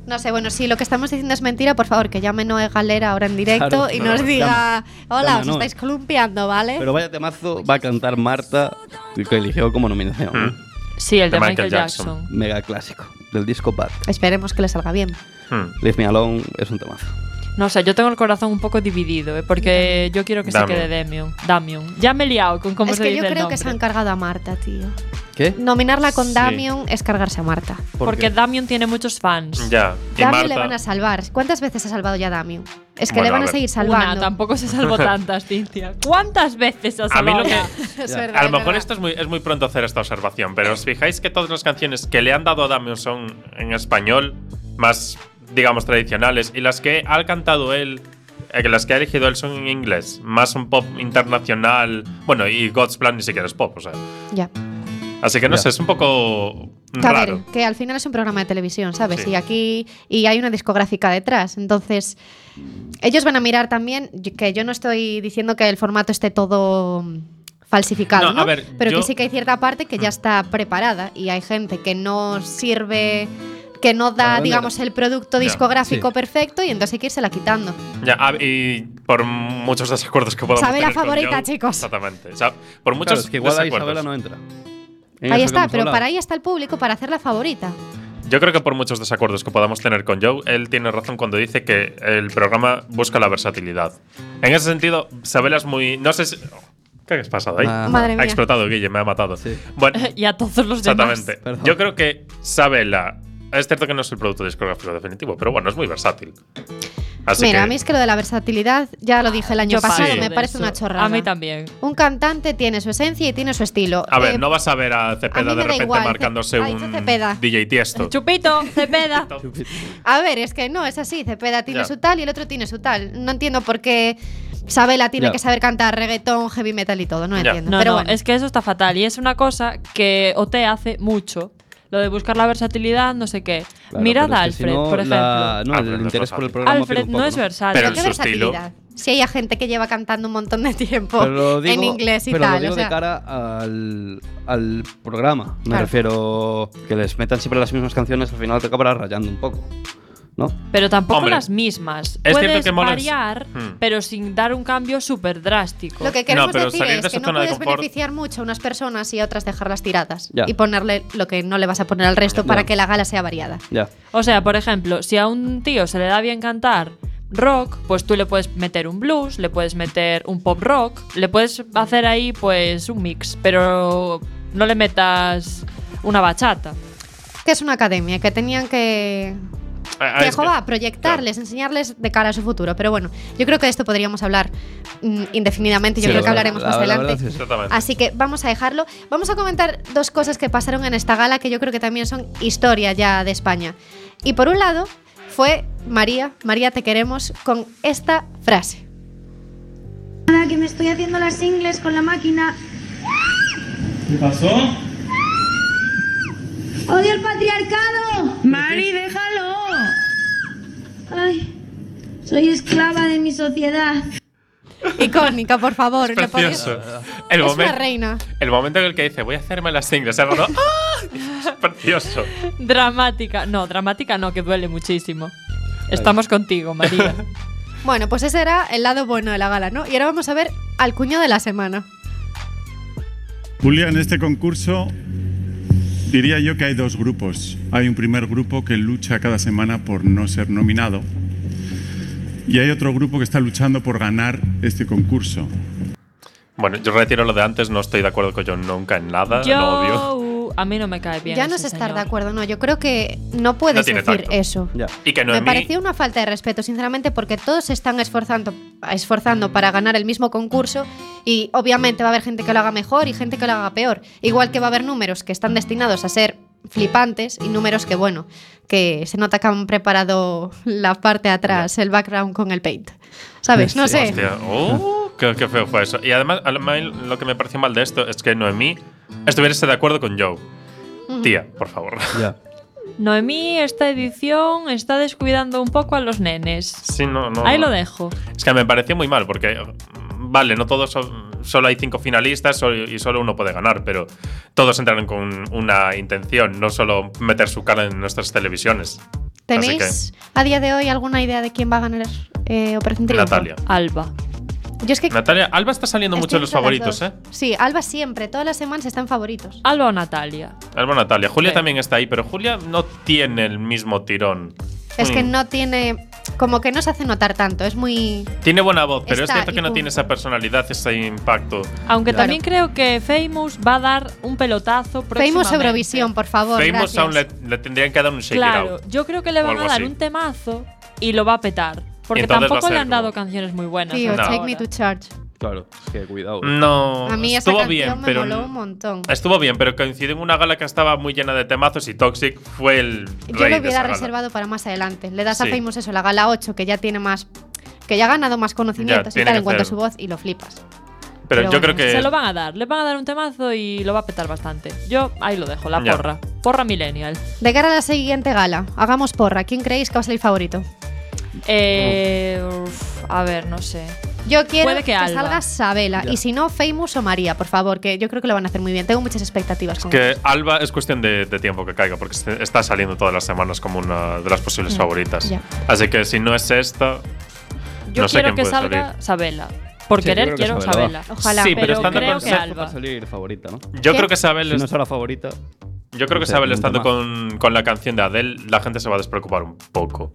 Speaker 3: No sé, bueno, si lo que estamos diciendo es mentira, por favor, que llame Noé Galera ahora en directo
Speaker 5: Claro,
Speaker 3: y
Speaker 5: claro,
Speaker 3: nos diga,
Speaker 5: llama.
Speaker 3: hola,
Speaker 5: Llama,
Speaker 3: os
Speaker 5: Noé".
Speaker 3: estáis columpiando, ¿vale?
Speaker 5: Pero vaya temazo va a cantar Marta, que eligió como nominación. ¿eh?
Speaker 6: Mm.
Speaker 4: Sí, el de,
Speaker 6: De
Speaker 4: Michael,
Speaker 6: Michael
Speaker 4: Jackson.
Speaker 6: Jackson.
Speaker 5: Mega clásico del disco Bad.
Speaker 3: Esperemos que le salga bien.
Speaker 6: Hmm.
Speaker 5: Leave Me Alone es un temazo.
Speaker 4: No sé, yo tengo el corazón un poco dividido, ¿eh? porque yo quiero que
Speaker 6: Damien.
Speaker 4: se quede Damion. Damion. Ya me he liado con cómo
Speaker 3: es
Speaker 4: se
Speaker 3: que
Speaker 4: dice
Speaker 3: yo
Speaker 4: el
Speaker 3: creo que
Speaker 4: nombre.
Speaker 3: se han cargado a Marta, tío.
Speaker 5: ¿Qué?
Speaker 3: Nominarla con
Speaker 6: Sí.
Speaker 3: Damion es cargarse a Marta.
Speaker 5: ¿Por
Speaker 4: Porque
Speaker 5: qué?
Speaker 4: Damion tiene muchos fans.
Speaker 6: Ya. Y
Speaker 3: Damion
Speaker 6: Marta.
Speaker 3: le van a salvar. ¿Cuántas veces ha salvado ya Damion? Es que
Speaker 6: Bueno,
Speaker 3: le van
Speaker 6: a
Speaker 3: a,
Speaker 6: ver.
Speaker 3: seguir salvando.
Speaker 4: Una, tampoco se salvó tantas, Cintia. ¿Cuántas veces has
Speaker 6: A mí
Speaker 4: salvado?
Speaker 6: lo que-
Speaker 4: ya?
Speaker 3: Es
Speaker 5: Ya.
Speaker 3: verdad,
Speaker 6: A lo
Speaker 3: es
Speaker 6: mejor
Speaker 3: verdad.
Speaker 6: esto es muy, es muy pronto hacer esta observación, pero os fijáis que todas las canciones que le han dado a Damian son en español, más, digamos, tradicionales, y las que ha cantado él, eh, que las que ha elegido él son en inglés, más un pop internacional. Bueno, y God's Plan ni siquiera es pop, o sea.
Speaker 3: Ya.
Speaker 6: Así que no
Speaker 5: Ya.
Speaker 6: sé, es un poco
Speaker 3: Que, a ver,
Speaker 6: raro.
Speaker 3: que al final es un programa de televisión, ¿sabes?
Speaker 6: Sí.
Speaker 3: Y aquí y hay una discográfica detrás. Entonces, ellos van a mirar también, yo- que yo no estoy diciendo que el formato esté todo mm, falsificado,
Speaker 6: No,
Speaker 3: ¿no?
Speaker 6: a ver,
Speaker 3: pero
Speaker 6: yo-
Speaker 3: que sí que hay cierta parte que ya está preparada y hay gente que no sirve que no
Speaker 5: Para
Speaker 3: da,
Speaker 5: vender.
Speaker 3: digamos, el producto
Speaker 6: Ya,
Speaker 3: discográfico
Speaker 5: sí.
Speaker 3: perfecto y entonces hay que la quitando.
Speaker 6: Ya, a- y por muchos desacuerdos que podamos
Speaker 3: Isabela
Speaker 6: tener con
Speaker 3: favorita,
Speaker 6: John,
Speaker 3: chicos.
Speaker 6: Exactamente. O sea, por muchos
Speaker 5: Claro, es que igual a
Speaker 6: desacuerdos.
Speaker 5: Isabela no entra. En
Speaker 3: Ahí
Speaker 5: eso que
Speaker 3: está,
Speaker 5: hemos
Speaker 3: pero
Speaker 5: hablado.
Speaker 3: para ahí está el público para hacer la favorita.
Speaker 6: Yo creo que por muchos desacuerdos que podamos tener con Joe, él tiene razón cuando dice que el programa busca la versatilidad. En ese sentido, Sabela es muy. No sé si. ¿Qué has pasado ahí?
Speaker 5: Ah,
Speaker 3: Madre
Speaker 6: ha
Speaker 3: mía.
Speaker 6: explotado, Guille, me ha matado.
Speaker 5: Sí.
Speaker 6: Bueno,
Speaker 4: y a todos los demás.
Speaker 6: exactamente.
Speaker 5: Perdón.
Speaker 6: Yo creo que Sabela. Es cierto que no es el producto discográfico definitivo, pero bueno, es muy versátil. Así
Speaker 3: Mira,
Speaker 6: que,
Speaker 3: a mí es que lo de la versatilidad, ya lo dije el año
Speaker 4: Yo paso
Speaker 3: pasado,
Speaker 6: sí.
Speaker 3: me
Speaker 4: de
Speaker 3: parece
Speaker 4: eso.
Speaker 3: una chorrada.
Speaker 4: A mí también.
Speaker 3: Un cantante tiene su esencia y tiene su estilo.
Speaker 6: A ver,
Speaker 3: Eh,
Speaker 6: no vas a ver a
Speaker 3: a mí
Speaker 6: Cepeda
Speaker 3: me
Speaker 6: de
Speaker 3: da
Speaker 6: repente
Speaker 3: igual, Ce-
Speaker 6: marcándose
Speaker 3: ay,
Speaker 6: un
Speaker 3: Cepeda.
Speaker 6: DJ Tiesto.
Speaker 4: Chupito, Cepeda.
Speaker 3: a ver, es que no, es así. Cepeda tiene
Speaker 6: Ya.
Speaker 3: su tal y el otro tiene su tal. No entiendo por qué Sabela tiene
Speaker 5: Ya.
Speaker 3: que saber cantar reggaetón, heavy metal y todo. No
Speaker 6: Ya.
Speaker 3: entiendo.
Speaker 4: No,
Speaker 3: Pero
Speaker 4: no,
Speaker 3: bueno,
Speaker 4: es que eso está fatal. Y es una cosa que OT hace mucho. Lo de buscar la versatilidad, no sé qué.
Speaker 5: Claro,
Speaker 4: Mirad
Speaker 5: pero
Speaker 4: a
Speaker 5: es que si
Speaker 4: Alfred,
Speaker 5: no,
Speaker 4: por ejemplo.
Speaker 5: la- no,
Speaker 6: Alfred no
Speaker 5: el
Speaker 6: es
Speaker 5: interés por el
Speaker 6: versátil.
Speaker 5: programa
Speaker 4: Alfred
Speaker 5: pierde un
Speaker 4: no
Speaker 5: poco,
Speaker 4: es versátil.
Speaker 6: Pero
Speaker 3: ¿qué
Speaker 6: en su estilo-
Speaker 3: versatilidad? Si hay gente que lleva cantando un montón de tiempo
Speaker 5: Pero lo digo-
Speaker 3: en inglés y
Speaker 5: pero
Speaker 3: tal.
Speaker 5: lo digo
Speaker 3: o sea,
Speaker 5: de cara al, al programa. Me
Speaker 3: Claro.
Speaker 5: refiero que les metan siempre las mismas canciones, al final te acabarás rayando un poco. ¿No?
Speaker 4: Pero tampoco
Speaker 6: Hombre,
Speaker 4: las mismas.
Speaker 6: es cierto
Speaker 4: Puedes
Speaker 6: que mola-
Speaker 4: variar,
Speaker 6: Hmm.
Speaker 4: pero sin dar un cambio súper drástico.
Speaker 3: lo que queremos
Speaker 6: No, pero
Speaker 3: decir
Speaker 6: salir de
Speaker 3: es que
Speaker 6: esa
Speaker 3: no
Speaker 6: zona de
Speaker 3: puedes
Speaker 6: confort-
Speaker 3: beneficiar mucho a unas personas y a otras dejarlas tiradas.
Speaker 5: Ya.
Speaker 3: Y ponerle lo que no le vas a poner al resto para
Speaker 5: Ya.
Speaker 3: que la gala sea variada.
Speaker 5: Ya.
Speaker 4: O sea, por ejemplo, si a un tío se le da bien cantar rock, pues tú le puedes meter un blues, le puedes meter un pop rock, le puedes hacer ahí pues un mix, pero no le metas una bachata.
Speaker 3: Que es una academia, que tenían que
Speaker 6: Ah, ah,
Speaker 3: Que,
Speaker 6: es que-
Speaker 3: jova, proyectarles, enseñarles de cara a su futuro. Pero bueno, yo creo que de esto podríamos hablar mm, indefinidamente. Yo
Speaker 5: Sí,
Speaker 3: creo
Speaker 5: la
Speaker 3: que
Speaker 5: verdad-
Speaker 3: hablaremos
Speaker 5: la-
Speaker 3: más
Speaker 5: la verdad
Speaker 3: adelante.
Speaker 5: es que sí.
Speaker 6: Exactamente.
Speaker 3: Así que vamos a dejarlo. Vamos a comentar dos cosas que pasaron en esta gala que yo creo que también son historia ya de España. Y por un lado fue María, María te queremos con esta frase.
Speaker 7: Nada, que me estoy haciendo las ingles con la máquina.
Speaker 8: ¿Qué pasó?
Speaker 7: ¡Odio el patriarcado!
Speaker 8: Mari,
Speaker 7: déjalo! Ay, soy esclava de mi sociedad.
Speaker 3: Icónica, por favor. le podéis-
Speaker 6: Precioso.
Speaker 3: es
Speaker 6: El
Speaker 3: una
Speaker 6: momento,
Speaker 3: reina.
Speaker 6: el momento en el que dice, voy a hacerme las ingles. se ha roto. ¡Ah! Es precioso.
Speaker 4: Dramática, no, dramática no, que duele muchísimo. Estamos contigo, María.
Speaker 3: Bueno, pues ese era el lado bueno de la gala, ¿no? Y ahora vamos a ver al cuño de la semana.
Speaker 8: Julia, en este concurso diría yo que hay dos grupos. Hay un primer grupo que lucha cada semana por no ser nominado y hay otro grupo que está luchando por ganar este concurso.
Speaker 6: Bueno, yo retiro lo de antes, no estoy de acuerdo con John nunca en nada, lo odio.
Speaker 4: Yo a mí no me cae bien.
Speaker 3: ya no
Speaker 4: ese
Speaker 3: sé estar de
Speaker 4: señor.
Speaker 3: acuerdo, no. Yo creo que no puedes
Speaker 6: No tiene
Speaker 3: decir
Speaker 6: tacto.
Speaker 3: eso.
Speaker 5: Ya.
Speaker 6: Y que
Speaker 3: Me
Speaker 6: Noemí,
Speaker 3: pareció una falta de respeto, sinceramente, porque todos se están esforzando, esforzando para ganar el mismo concurso y obviamente va a haber gente que lo haga mejor y gente que lo haga peor. Igual que va a haber números que están destinados a ser flipantes y números que, bueno, que se nota que han preparado la parte de atrás, el background con el paint. ¿Sabes? No sé.
Speaker 6: hostia, oh, qué, qué feo fue eso. Y además, a mí lo que me pareció mal de esto es que Noemí estuviese de acuerdo con Joe. Tía, por favor.
Speaker 5: Ya.
Speaker 4: Noemí, esta edición está descuidando un poco a los nenes.
Speaker 6: Sí, no, no.
Speaker 4: Ahí lo dejo.
Speaker 6: Es que me pareció muy mal porque, mm, vale, no todos son- solo hay cinco finalistas so- y solo uno puede ganar, pero todos entraron con una intención, no solo meter su cara en nuestras televisiones.
Speaker 3: ¿Tenéis a día de hoy alguna idea de quién va a ganar eh, Operación Triunfo?
Speaker 6: Natalia.
Speaker 4: Alba.
Speaker 3: Yo es que
Speaker 6: Natalia, Alba está saliendo
Speaker 3: estoy
Speaker 6: mucho en los
Speaker 3: entre
Speaker 6: favoritos,
Speaker 3: las
Speaker 6: ¿eh?
Speaker 3: dos. Sí, Alba siempre, todas las semanas están favoritos.
Speaker 4: Alba o Natalia.
Speaker 6: Alba Natalia. Julia
Speaker 4: Sí.
Speaker 6: también está ahí, pero Julia no tiene el mismo tirón.
Speaker 3: Es que
Speaker 6: Mm.
Speaker 3: no tiene. Como que no se hace notar tanto, es muy.
Speaker 6: Tiene buena voz,
Speaker 3: Está
Speaker 6: pero es cierto
Speaker 3: y
Speaker 6: que no
Speaker 3: punto.
Speaker 6: tiene esa personalidad, ese impacto.
Speaker 4: Aunque
Speaker 3: Claro.
Speaker 4: también creo que Famous va a dar un pelotazo
Speaker 3: Famous
Speaker 4: próximamente.
Speaker 3: Eurovisión, por favor.
Speaker 6: Famous
Speaker 3: gracias.
Speaker 6: aún le, le tendrían que dar un shake it
Speaker 4: Claro,
Speaker 6: out.
Speaker 4: yo creo que le
Speaker 6: O
Speaker 4: van a
Speaker 6: algo
Speaker 4: dar
Speaker 6: así.
Speaker 4: un temazo y lo va a petar. Porque
Speaker 6: entonces va a
Speaker 4: tampoco le
Speaker 6: ser
Speaker 4: han dado
Speaker 6: como-
Speaker 4: canciones muy buenas.
Speaker 3: Tío,
Speaker 4: hasta
Speaker 6: No.
Speaker 3: Take Me
Speaker 4: ahora.
Speaker 3: to Church.
Speaker 5: Claro, es que cuidado.
Speaker 6: Mm, No,
Speaker 3: A mí esa
Speaker 6: estuvo
Speaker 3: canción
Speaker 6: bien,
Speaker 3: me
Speaker 6: pero
Speaker 3: moló un montón.
Speaker 6: estuvo bien, pero coincidió en una gala que estaba muy llena de temazos y Toxic fue el
Speaker 3: Yo
Speaker 6: rey
Speaker 3: lo
Speaker 6: de esa
Speaker 3: hubiera
Speaker 6: gala.
Speaker 3: reservado para más adelante. Le das a
Speaker 6: Sí.
Speaker 3: Famous eso, la gala 8, que ya tiene más. que ya ha ganado más conocimientos y
Speaker 6: tiene
Speaker 3: tal
Speaker 6: que
Speaker 3: en cuanto a
Speaker 6: ser.
Speaker 3: su voz y lo flipas.
Speaker 6: Pero,
Speaker 3: pero
Speaker 6: yo
Speaker 3: bueno,
Speaker 6: creo que
Speaker 4: Se lo van a dar, le van a dar un temazo y lo va a petar bastante. Yo ahí lo dejo, la
Speaker 6: Ya.
Speaker 4: porra. Porra Millennial.
Speaker 3: De cara a la siguiente gala, hagamos porra. ¿Quién creéis que va a ser el favorito?
Speaker 4: Eh,
Speaker 6: Mm.
Speaker 4: uf, a ver, no sé.
Speaker 3: Yo quiero
Speaker 4: Puede que
Speaker 3: que,
Speaker 4: Alba.
Speaker 3: salga Sabela. Y si no, Famous o María, por favor, que yo creo que lo van a hacer muy bien. Tengo muchas expectativas con
Speaker 6: que
Speaker 3: ellos.
Speaker 6: Alba es cuestión de, de tiempo que caiga, porque se- está saliendo todas las semanas como una de las posibles
Speaker 3: Ya,
Speaker 6: favoritas.
Speaker 3: ya.
Speaker 6: Así que si no es esta,
Speaker 4: Yo
Speaker 6: No sé
Speaker 4: quiero
Speaker 6: quién
Speaker 4: que
Speaker 6: puede
Speaker 4: salga
Speaker 6: salir.
Speaker 4: Sabela. Por
Speaker 5: Sí, yo
Speaker 4: querer
Speaker 5: creo que
Speaker 4: quiero
Speaker 5: Sabela va.
Speaker 4: Sabela.
Speaker 3: Ojalá.
Speaker 6: Sí, pero estando
Speaker 4: creo
Speaker 6: con-
Speaker 4: que Alba.
Speaker 5: salir favorita, ¿no?
Speaker 6: yo
Speaker 3: ¿Qué?
Speaker 6: creo que Sabel,
Speaker 5: Si no
Speaker 6: es-
Speaker 5: es la favorita.
Speaker 6: yo creo que
Speaker 5: no sé,
Speaker 6: Sabel
Speaker 5: un
Speaker 6: estando
Speaker 5: tema.
Speaker 6: con, con la canción de Adele, la gente se va a despreocupar un poco.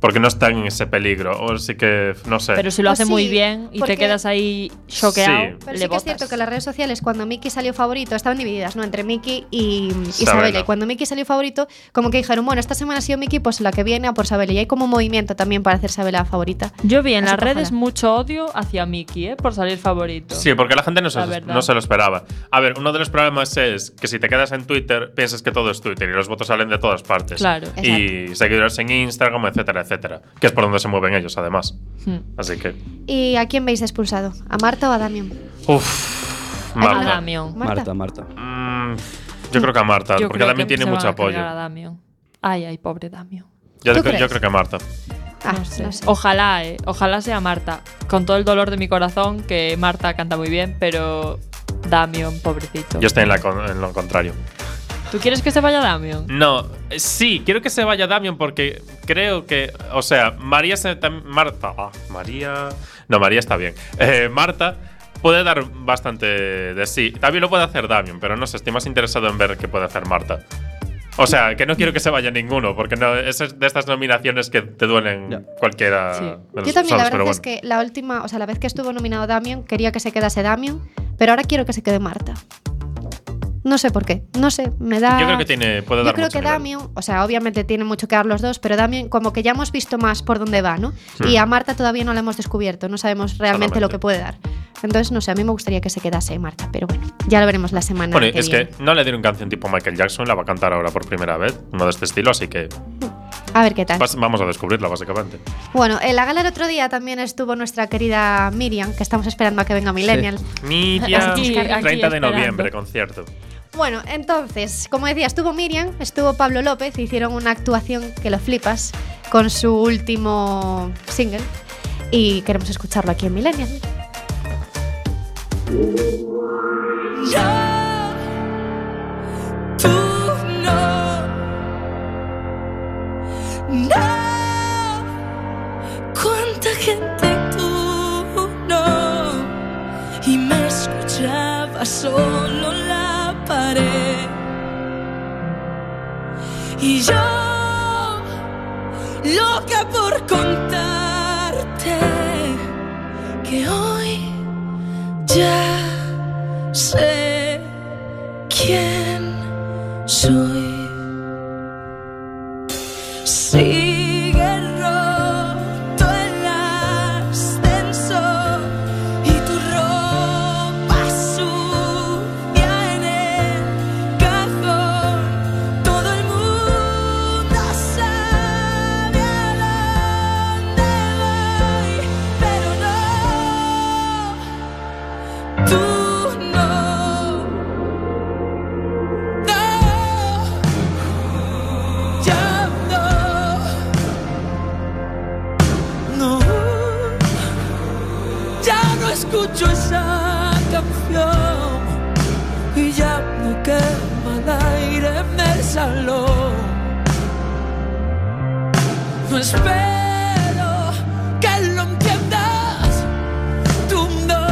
Speaker 6: Porque no está en ese peligro. O sí que, no sé.
Speaker 4: Pero si lo
Speaker 3: Pues
Speaker 4: hace muy
Speaker 3: sí,
Speaker 4: bien y te
Speaker 3: porque-
Speaker 4: quedas ahí choqueado,
Speaker 6: Sí.
Speaker 3: Pero sí
Speaker 4: le
Speaker 3: que es
Speaker 4: botas.
Speaker 3: cierto que las redes sociales, cuando Miki salió favorito, estaban divididas, ¿no? Entre Miki y, y
Speaker 6: Sabela.
Speaker 3: Sabela. Y cuando Miki salió favorito, como que dijeron, bueno, esta semana ha sido Miki, pues la que viene a por Sabela. Y hay como un movimiento también para hacer Sabela favorita.
Speaker 4: Yo vi en
Speaker 3: Así
Speaker 4: las
Speaker 3: que
Speaker 4: redes
Speaker 3: ojalá.
Speaker 4: mucho odio hacia Miki, ¿eh? Por salir favorito.
Speaker 6: Sí, porque la gente no se,
Speaker 4: La verdad.
Speaker 6: no se lo esperaba. A ver, uno de los problemas es que si te quedas en Twitter, piensas que todo es Twitter y los votos salen de todas partes.
Speaker 4: Claro.
Speaker 6: Y seguidores en Instagram, etcétera, etcétera. Que es por donde se mueven ellos, además.
Speaker 4: Hmm.
Speaker 6: Así que.
Speaker 3: ¿Y a quién veis expulsado? ¿A Marta o a Damián?
Speaker 6: Uff.
Speaker 4: A
Speaker 6: Marta.
Speaker 4: Damian.
Speaker 3: Marta.
Speaker 5: Marta, Marta.
Speaker 6: Mm, yo creo que a Marta,
Speaker 4: Yo
Speaker 6: porque
Speaker 4: creo
Speaker 6: también
Speaker 4: que
Speaker 6: tiene
Speaker 4: se
Speaker 6: mucho
Speaker 4: van a cargar
Speaker 6: apoyo.
Speaker 4: a Damian. Ay, ay, pobre Damian.
Speaker 6: Yo,
Speaker 3: ¿Tú
Speaker 6: creo- yo
Speaker 3: crees?
Speaker 6: creo que a Marta.
Speaker 3: Ah,
Speaker 4: no sé. Ojalá, eh, ojalá sea Marta. Con todo el dolor de mi corazón, que Marta canta muy bien, pero Damian, pobrecito.
Speaker 6: Yo estoy en, la con- en lo contrario.
Speaker 4: ¿Tú quieres que se vaya Damian?
Speaker 6: No, eh, sí, quiero que se vaya Damian porque creo que, o sea, María se tam- Marta, ah, María, no, María está bien. Eh, Marta puede dar bastante de sí. También lo puede hacer Damian, pero no sé, estoy más interesado en ver qué puede hacer Marta. O sea, que no quiero que se vaya ninguno, porque no, es de estas nominaciones que te duelen
Speaker 5: Ya.
Speaker 6: cualquiera.
Speaker 4: Sí.
Speaker 6: de los
Speaker 3: Yo también,
Speaker 6: usados,
Speaker 3: la verdad
Speaker 6: pero
Speaker 3: es que
Speaker 6: bueno.
Speaker 3: la última, o sea, la vez que estuvo nominado Damian, quería que se quedase Damian, pero ahora quiero que se quede Marta. No sé por qué, no sé, me da...
Speaker 6: Yo creo que tiene, puede
Speaker 3: Yo
Speaker 6: dar
Speaker 3: creo
Speaker 6: mucho
Speaker 3: que
Speaker 6: nivel.
Speaker 3: Damian, o sea, obviamente tienen mucho que dar los dos, pero Damian como que ya hemos visto más por dónde va, ¿no?
Speaker 6: Hmm.
Speaker 3: Y a Marta todavía no la hemos descubierto, no sabemos realmente lo
Speaker 6: Totalmente.
Speaker 3: que puede dar. Entonces, no sé, a mí me gustaría que se quedase Marta, pero bueno, ya lo veremos la semana
Speaker 6: Bueno,
Speaker 3: que
Speaker 6: es
Speaker 3: viene.
Speaker 6: que no le dieron canción tipo Michael Jackson, la va a cantar ahora por primera vez, no de este estilo, así que
Speaker 3: A ver qué tal.
Speaker 6: vas- vamos a descubrirla básicamente.
Speaker 3: Bueno, en la gala el otro día también estuvo nuestra querida Miriam, que estamos esperando a que venga Millennial.
Speaker 6: Miriam,
Speaker 4: Aquí, aquí
Speaker 6: 30 de
Speaker 4: esperando.
Speaker 6: noviembre, concierto.
Speaker 3: Bueno, entonces, como decía, estuvo Miriam, estuvo Pablo López, hicieron una actuación que lo flipas con su último single y queremos escucharlo aquí en Millennial.
Speaker 1: Yo, tú no, no, cuánta gente tú no, y me escuchaba solo la pared, y yo, loca por contarte, que hoy ya sé quién soy. Sigue roto el ascensor y tu ropa sucia en el cajón. Todo el mundo sabe a dónde voy, pero no. Tú no, no, ya no, no, ya no escucho esa canción y ya no quema el aire en el salón. No espero que lo entiendas. Tú no.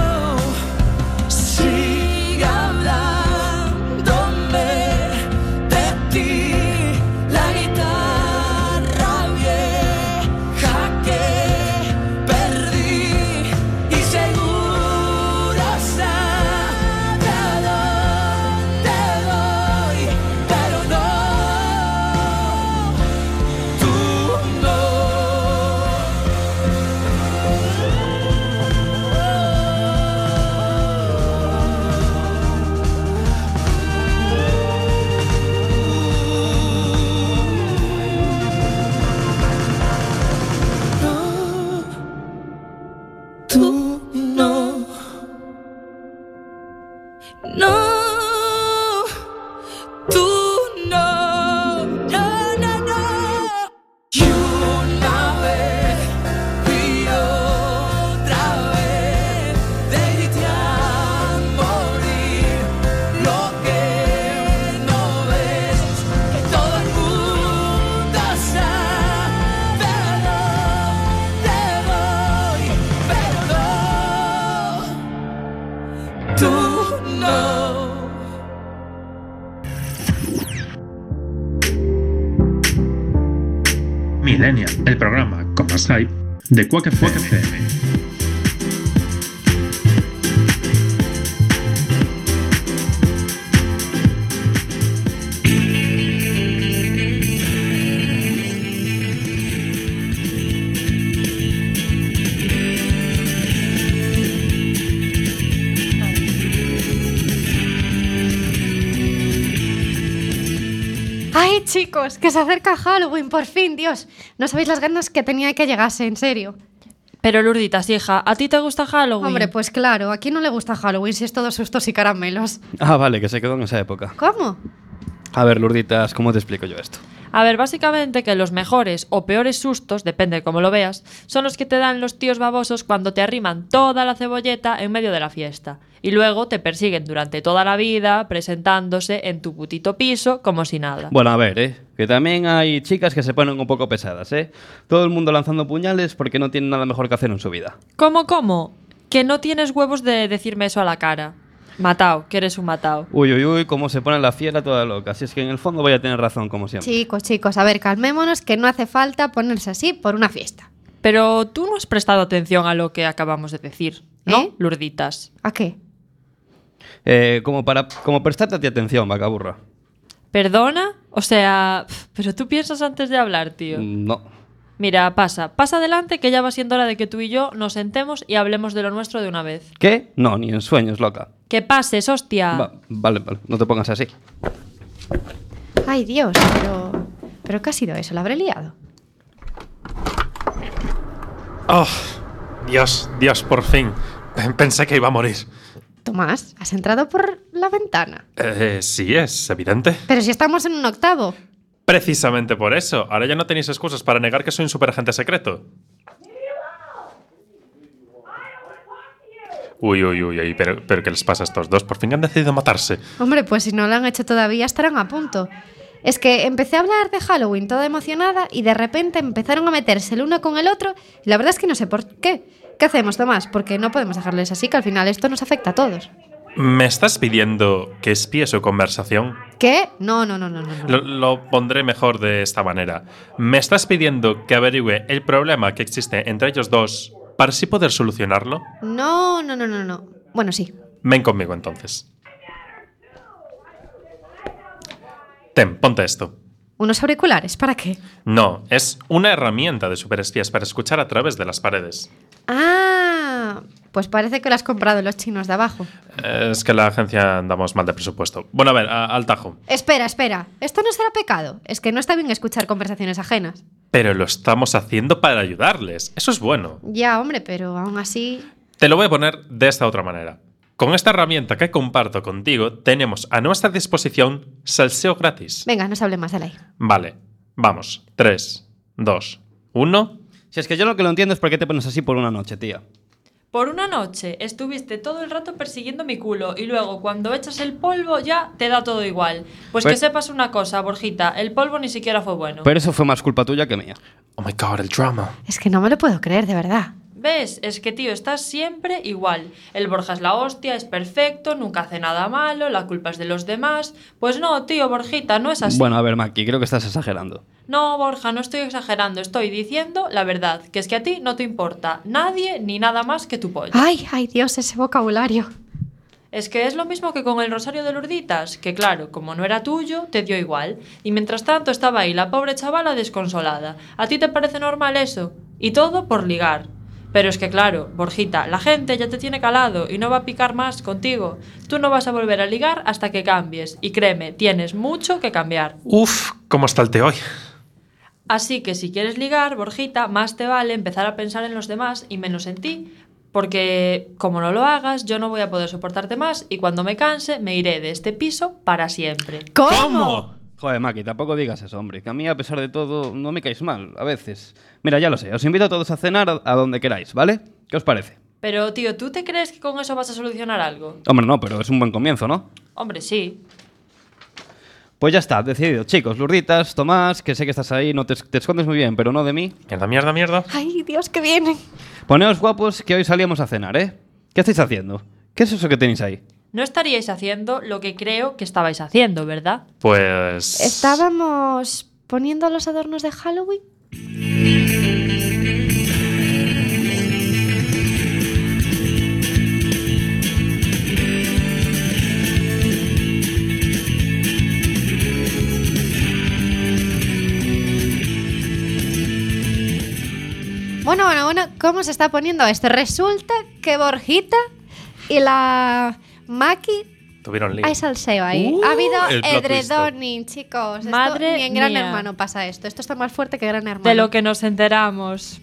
Speaker 1: Sigue hablándome de ti. La guitarra vieja que perdí. Y seguro sabe a dónde voy. Pero no. Tú no. Tú no. No. Tú no. No, no, no. Y una vez y otra vez te grité a morir lo que no ves. Que todo el mundo sabe a dónde voy, pero no. Tú no.
Speaker 9: Millennial, el programa con más hype de Quack FM.
Speaker 3: Ay, chicos, que se acerca Halloween, por fin, Dios. No sabéis las ganas que tenía de que llegase, en serio.
Speaker 4: Pero Lurditas, hija, ¿a ti te gusta Halloween?
Speaker 3: Hombre, pues claro, ¿a quién no le gusta Halloween si es todo sustos y caramelos?
Speaker 5: Ah, vale, que se quedó en esa época.
Speaker 3: ¿Cómo?
Speaker 5: A ver, Lurditas, ¿cómo te explico yo esto?
Speaker 4: A ver, básicamente que los mejores o peores sustos, depende de cómo lo veas, son los que te dan los tíos babosos cuando te arriman toda la cebolleta en medio de la fiesta. Y luego te persiguen durante toda la vida, presentándose en tu putito piso como si nada.
Speaker 5: Bueno, a ver, ¿eh? Que también hay chicas que se ponen un poco pesadas, ¿eh? Todo el mundo lanzando puñales porque no tienen nada mejor que hacer en su vida.
Speaker 4: ¿Cómo, cómo? Que no tienes huevos de decirme eso a la cara. Matao, que eres un matao.
Speaker 5: Uy, uy, uy, cómo se pone la fiera toda loca. Así es que en el fondo voy a tener razón, como siempre.
Speaker 3: Chicos, chicos, a ver, calmémonos que no hace falta ponerse así por una fiesta.
Speaker 4: Pero tú no has prestado atención a lo que acabamos de decir, ¿no,
Speaker 3: ¿Eh?
Speaker 4: Lurditas?
Speaker 3: ¿A qué?
Speaker 5: Eh, como para como prestarte a ti atención, vacaburra.
Speaker 4: ¿Perdona? O sea, pf, pero tú piensas antes de hablar, tío.
Speaker 5: No.
Speaker 4: Mira, pasa, pasa adelante que ya va siendo hora de que tú y yo nos sentemos y hablemos de lo nuestro de una vez.
Speaker 5: ¿Qué? No, ni en sueños, loca.
Speaker 4: Que pases, hostia.
Speaker 5: Va- vale, vale, no te pongas así.
Speaker 3: Ay, Dios, pero... ¿Pero qué ha sido eso? ¿La habré liado?
Speaker 6: Oh, Dios, Dios, por fin. Eh, Pensé que iba a morir.
Speaker 3: Tomás, has entrado por la ventana.
Speaker 6: Eh, sí, es evidente.
Speaker 3: Pero si estamos en un octavo.
Speaker 6: Precisamente por eso. Ahora ya no tenéis excusas para negar que soy un superagente secreto. Uy, uy, uy, uy, pero, pero ¿qué les pasa a estos dos? Por fin han decidido matarse.
Speaker 3: Hombre, pues si no lo han hecho todavía estarán a punto. Es que empecé a hablar de Halloween toda emocionada y de repente empezaron a meterse el uno con el otro y la verdad es que no sé por qué. ¿Qué hacemos, Tomás? Porque no podemos dejarles así, que al final esto nos afecta a todos.
Speaker 6: ¿Me estás pidiendo que espíe su conversación?
Speaker 3: ¿Qué? No, no, no, no, no. no.
Speaker 6: Lo, lo pondré mejor de esta manera. ¿Me estás pidiendo que averigüe el problema que existe entre ellos dos para así poder solucionarlo?
Speaker 3: No, no, no, no, no. Bueno, sí.
Speaker 6: Ven conmigo entonces. Tem, ponte esto.
Speaker 3: ¿Unos auriculares? ¿Para qué?
Speaker 6: No, es una herramienta de superespías para escuchar a través de las paredes.
Speaker 3: Ah, pues parece que lo has comprado en los chinos de abajo.
Speaker 6: Eh, Es que la agencia andamos mal de presupuesto. Bueno, a ver, a- al tajo.
Speaker 3: Espera, espera. Esto no será pecado. Es que no está bien escuchar conversaciones ajenas.
Speaker 6: Pero lo estamos haciendo para ayudarles. Eso es bueno.
Speaker 3: Ya, hombre, pero aún así...
Speaker 6: Te lo voy a poner de esta otra manera. Con esta herramienta que comparto contigo, tenemos a nuestra disposición salseo gratis.
Speaker 3: Venga, no se hable más de ley.
Speaker 6: Vale, vamos. 3, 2, 1.
Speaker 5: Si es que yo lo que lo entiendo es por qué te pones así por una noche, tía.
Speaker 4: Por una noche estuviste todo el rato persiguiendo mi culo y luego cuando echas el polvo ya te da todo igual. Pues,
Speaker 5: Pues-
Speaker 4: que sepas una cosa, Borjita, el polvo ni siquiera fue bueno.
Speaker 5: Pero eso fue más culpa tuya que mía.
Speaker 6: Oh my god, el drama.
Speaker 3: Es que no me lo puedo creer, de verdad.
Speaker 4: ¿Ves? Es que, tío, estás siempre igual. El Borja es la hostia, es perfecto, nunca hace nada malo, la culpa es de los demás. Pues no, tío, Borjita, no es así.
Speaker 5: Bueno, a ver, Maki, creo que estás exagerando.
Speaker 4: No, Borja, no estoy exagerando, estoy diciendo la verdad, que es que a ti no te importa nadie ni nada más que tu pollo.
Speaker 3: Ay, ay, Dios, ese vocabulario.
Speaker 4: Es que es lo mismo que con el rosario de Lurditas, que claro, como no era tuyo, te dio igual. Y mientras tanto estaba ahí la pobre chavala desconsolada. ¿A ti te parece normal eso? Y todo por ligar. Pero es que claro, Borjita, la gente ya te tiene calado y no va a picar más contigo. Tú no vas a volver a ligar hasta que cambies. Y créeme, tienes mucho que cambiar.
Speaker 6: Uf, ¿cómo está el té hoy?
Speaker 4: Así que si quieres ligar, Borjita, más te vale empezar a pensar en los demás y menos en ti, porque como no lo hagas, yo no voy a poder soportarte más y cuando me canse me iré de este piso para siempre.
Speaker 5: Joder, Maki, tampoco digas eso, hombre. Que a mí, a pesar de todo, no me caéis mal, a veces. Mira, ya lo sé, os invito a todos a cenar a a donde queráis, ¿vale? ¿Qué os parece?
Speaker 4: Pero tío, ¿tú te crees que con eso vas a solucionar algo?
Speaker 5: Hombre, no, pero es un buen comienzo, ¿no?
Speaker 4: Hombre, sí.
Speaker 5: Pues ya está, decidido. Chicos, Lurditas, Tomás, que sé que estás ahí, no te, te escondes muy bien, pero no de mí.
Speaker 6: Mierda, mierda, mierda.
Speaker 3: Ay, Dios, que viene.
Speaker 5: Poneos guapos que hoy salíamos a cenar, ¿eh? ¿Qué estáis haciendo? ¿Qué es eso que tenéis ahí?
Speaker 4: No estaríais haciendo lo que creo que estabais haciendo, ¿verdad?
Speaker 6: Pues.
Speaker 3: Estábamos poniendo los adornos de Halloween. Bueno, bueno, bueno, ¿cómo se está poniendo esto? Resulta que Borjita y la Maki
Speaker 6: Tuvieron lío.
Speaker 3: hay salseo ahí.
Speaker 6: Uh,
Speaker 3: ha habido
Speaker 6: el plot twist.
Speaker 3: edredoning, chicos. Esto
Speaker 4: Madre
Speaker 3: ni en Gran
Speaker 4: mía.
Speaker 3: Hermano pasa esto. Esto está más fuerte que Gran Hermano.
Speaker 4: De lo que nos enteramos.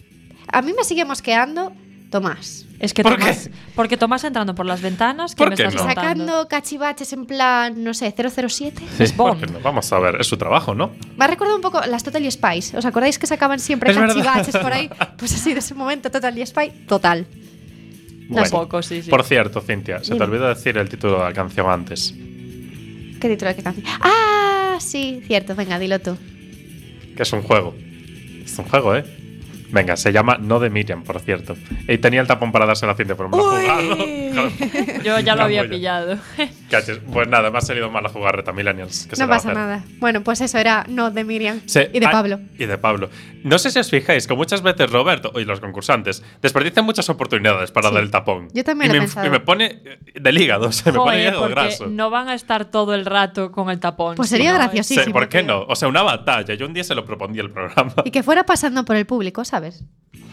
Speaker 3: A mí me sigue mosqueando Tomás.
Speaker 4: Es que
Speaker 6: ¿Por
Speaker 4: Tomás,
Speaker 6: qué?
Speaker 4: porque Tomás entrando por las ventanas, que
Speaker 6: ¿Por
Speaker 4: me
Speaker 6: qué
Speaker 4: estás
Speaker 6: no?
Speaker 4: contando?
Speaker 3: Sacando cachivaches en plan, no sé, 007.
Speaker 4: Es bomb.
Speaker 6: Porque no, Vamos a ver, es su trabajo, ¿no?
Speaker 3: Me ha recordado un poco las Total Spice. ¿Os acordáis que sacaban siempre
Speaker 6: Es verdad.
Speaker 3: cachivaches por ahí? Pues así, de ese momento, Total Spice, total.
Speaker 4: Un
Speaker 6: Bueno.
Speaker 4: poco, sí, sí.
Speaker 6: Por cierto, Cintia, se te
Speaker 3: Dime.
Speaker 6: olvidó decir el título de la canción antes.
Speaker 3: ¿Qué título de qué canción? ¡Ah! Sí, cierto. Venga, dilo tú.
Speaker 6: Que es un juego. Es un juego, ¿eh? Venga, se llama No de Miriam, por cierto. Y tenía el tapón para darse la cinta, pero me lo he jugado.
Speaker 4: Yo ya lo
Speaker 6: La
Speaker 4: había
Speaker 6: polla.
Speaker 4: pillado.
Speaker 6: Caches. Pues nada, me ha salido mal a jugar Reta Millennials. que se
Speaker 3: No
Speaker 6: la va a
Speaker 3: pasa
Speaker 6: hacer.
Speaker 3: nada. Bueno, pues eso era no de Miriam
Speaker 6: Sí,
Speaker 3: y de
Speaker 6: ah,
Speaker 3: Pablo.
Speaker 6: Y de Pablo. No sé si os fijáis que muchas veces Roberto y los concursantes desperdician muchas oportunidades para
Speaker 3: Sí.
Speaker 6: dar el tapón.
Speaker 3: Yo también
Speaker 6: y
Speaker 3: lo he
Speaker 6: me,
Speaker 3: pensado.
Speaker 6: y me pone eh, del hígado, se me pone
Speaker 4: Joder,
Speaker 6: hígado
Speaker 4: porque
Speaker 6: graso.
Speaker 4: no van a estar todo el rato con el tapón.
Speaker 3: Pues sería
Speaker 4: sino-
Speaker 6: Sí,
Speaker 3: graciosísimo.
Speaker 6: ¿Por qué
Speaker 3: tío.
Speaker 6: no? O sea, una batalla. Yo un día se lo propondí el programa.
Speaker 3: Y que fuera pasando por el público, ¿sabes?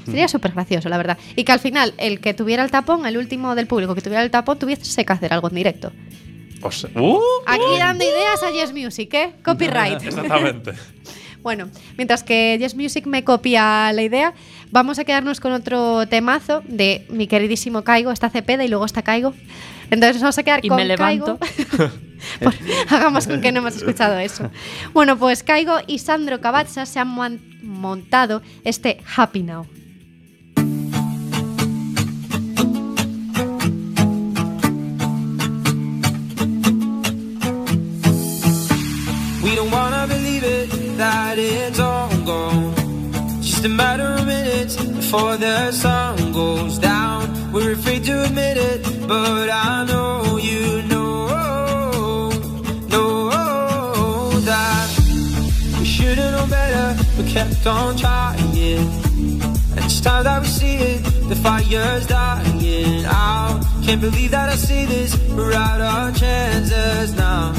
Speaker 3: Sería súper gracioso, la verdad. Y que al final, el que tuviera el tapón, el último del público que tuviera el tapón, tuviese que hacer algo en directo.
Speaker 6: O sea, ¡uh!
Speaker 3: Aquí dando ideas a Yes Music, ¿eh? Copyright.
Speaker 6: Exactamente.
Speaker 3: bueno, mientras que Yes Music me copia la idea, vamos a quedarnos con otro temazo de mi queridísimo Caigo. Está Cepeda y luego está Caigo. Entonces nos vamos a quedar
Speaker 4: Y
Speaker 3: con
Speaker 4: me levanto.
Speaker 3: Caigo. Por- hagamos con que no hemos escuchado eso. Bueno, pues Caigo y Sandro Cavazza se han mon- montado este Happy Now.
Speaker 10: We don't wanna believe it that it's all gone. Just a matter of minutes before the sun goes down. We're afraid to admit it, but I know you know, know that we should've known better, but kept on trying. And each time that we see it, the fire's dying out. Can't believe that I see this, we're out of chances now.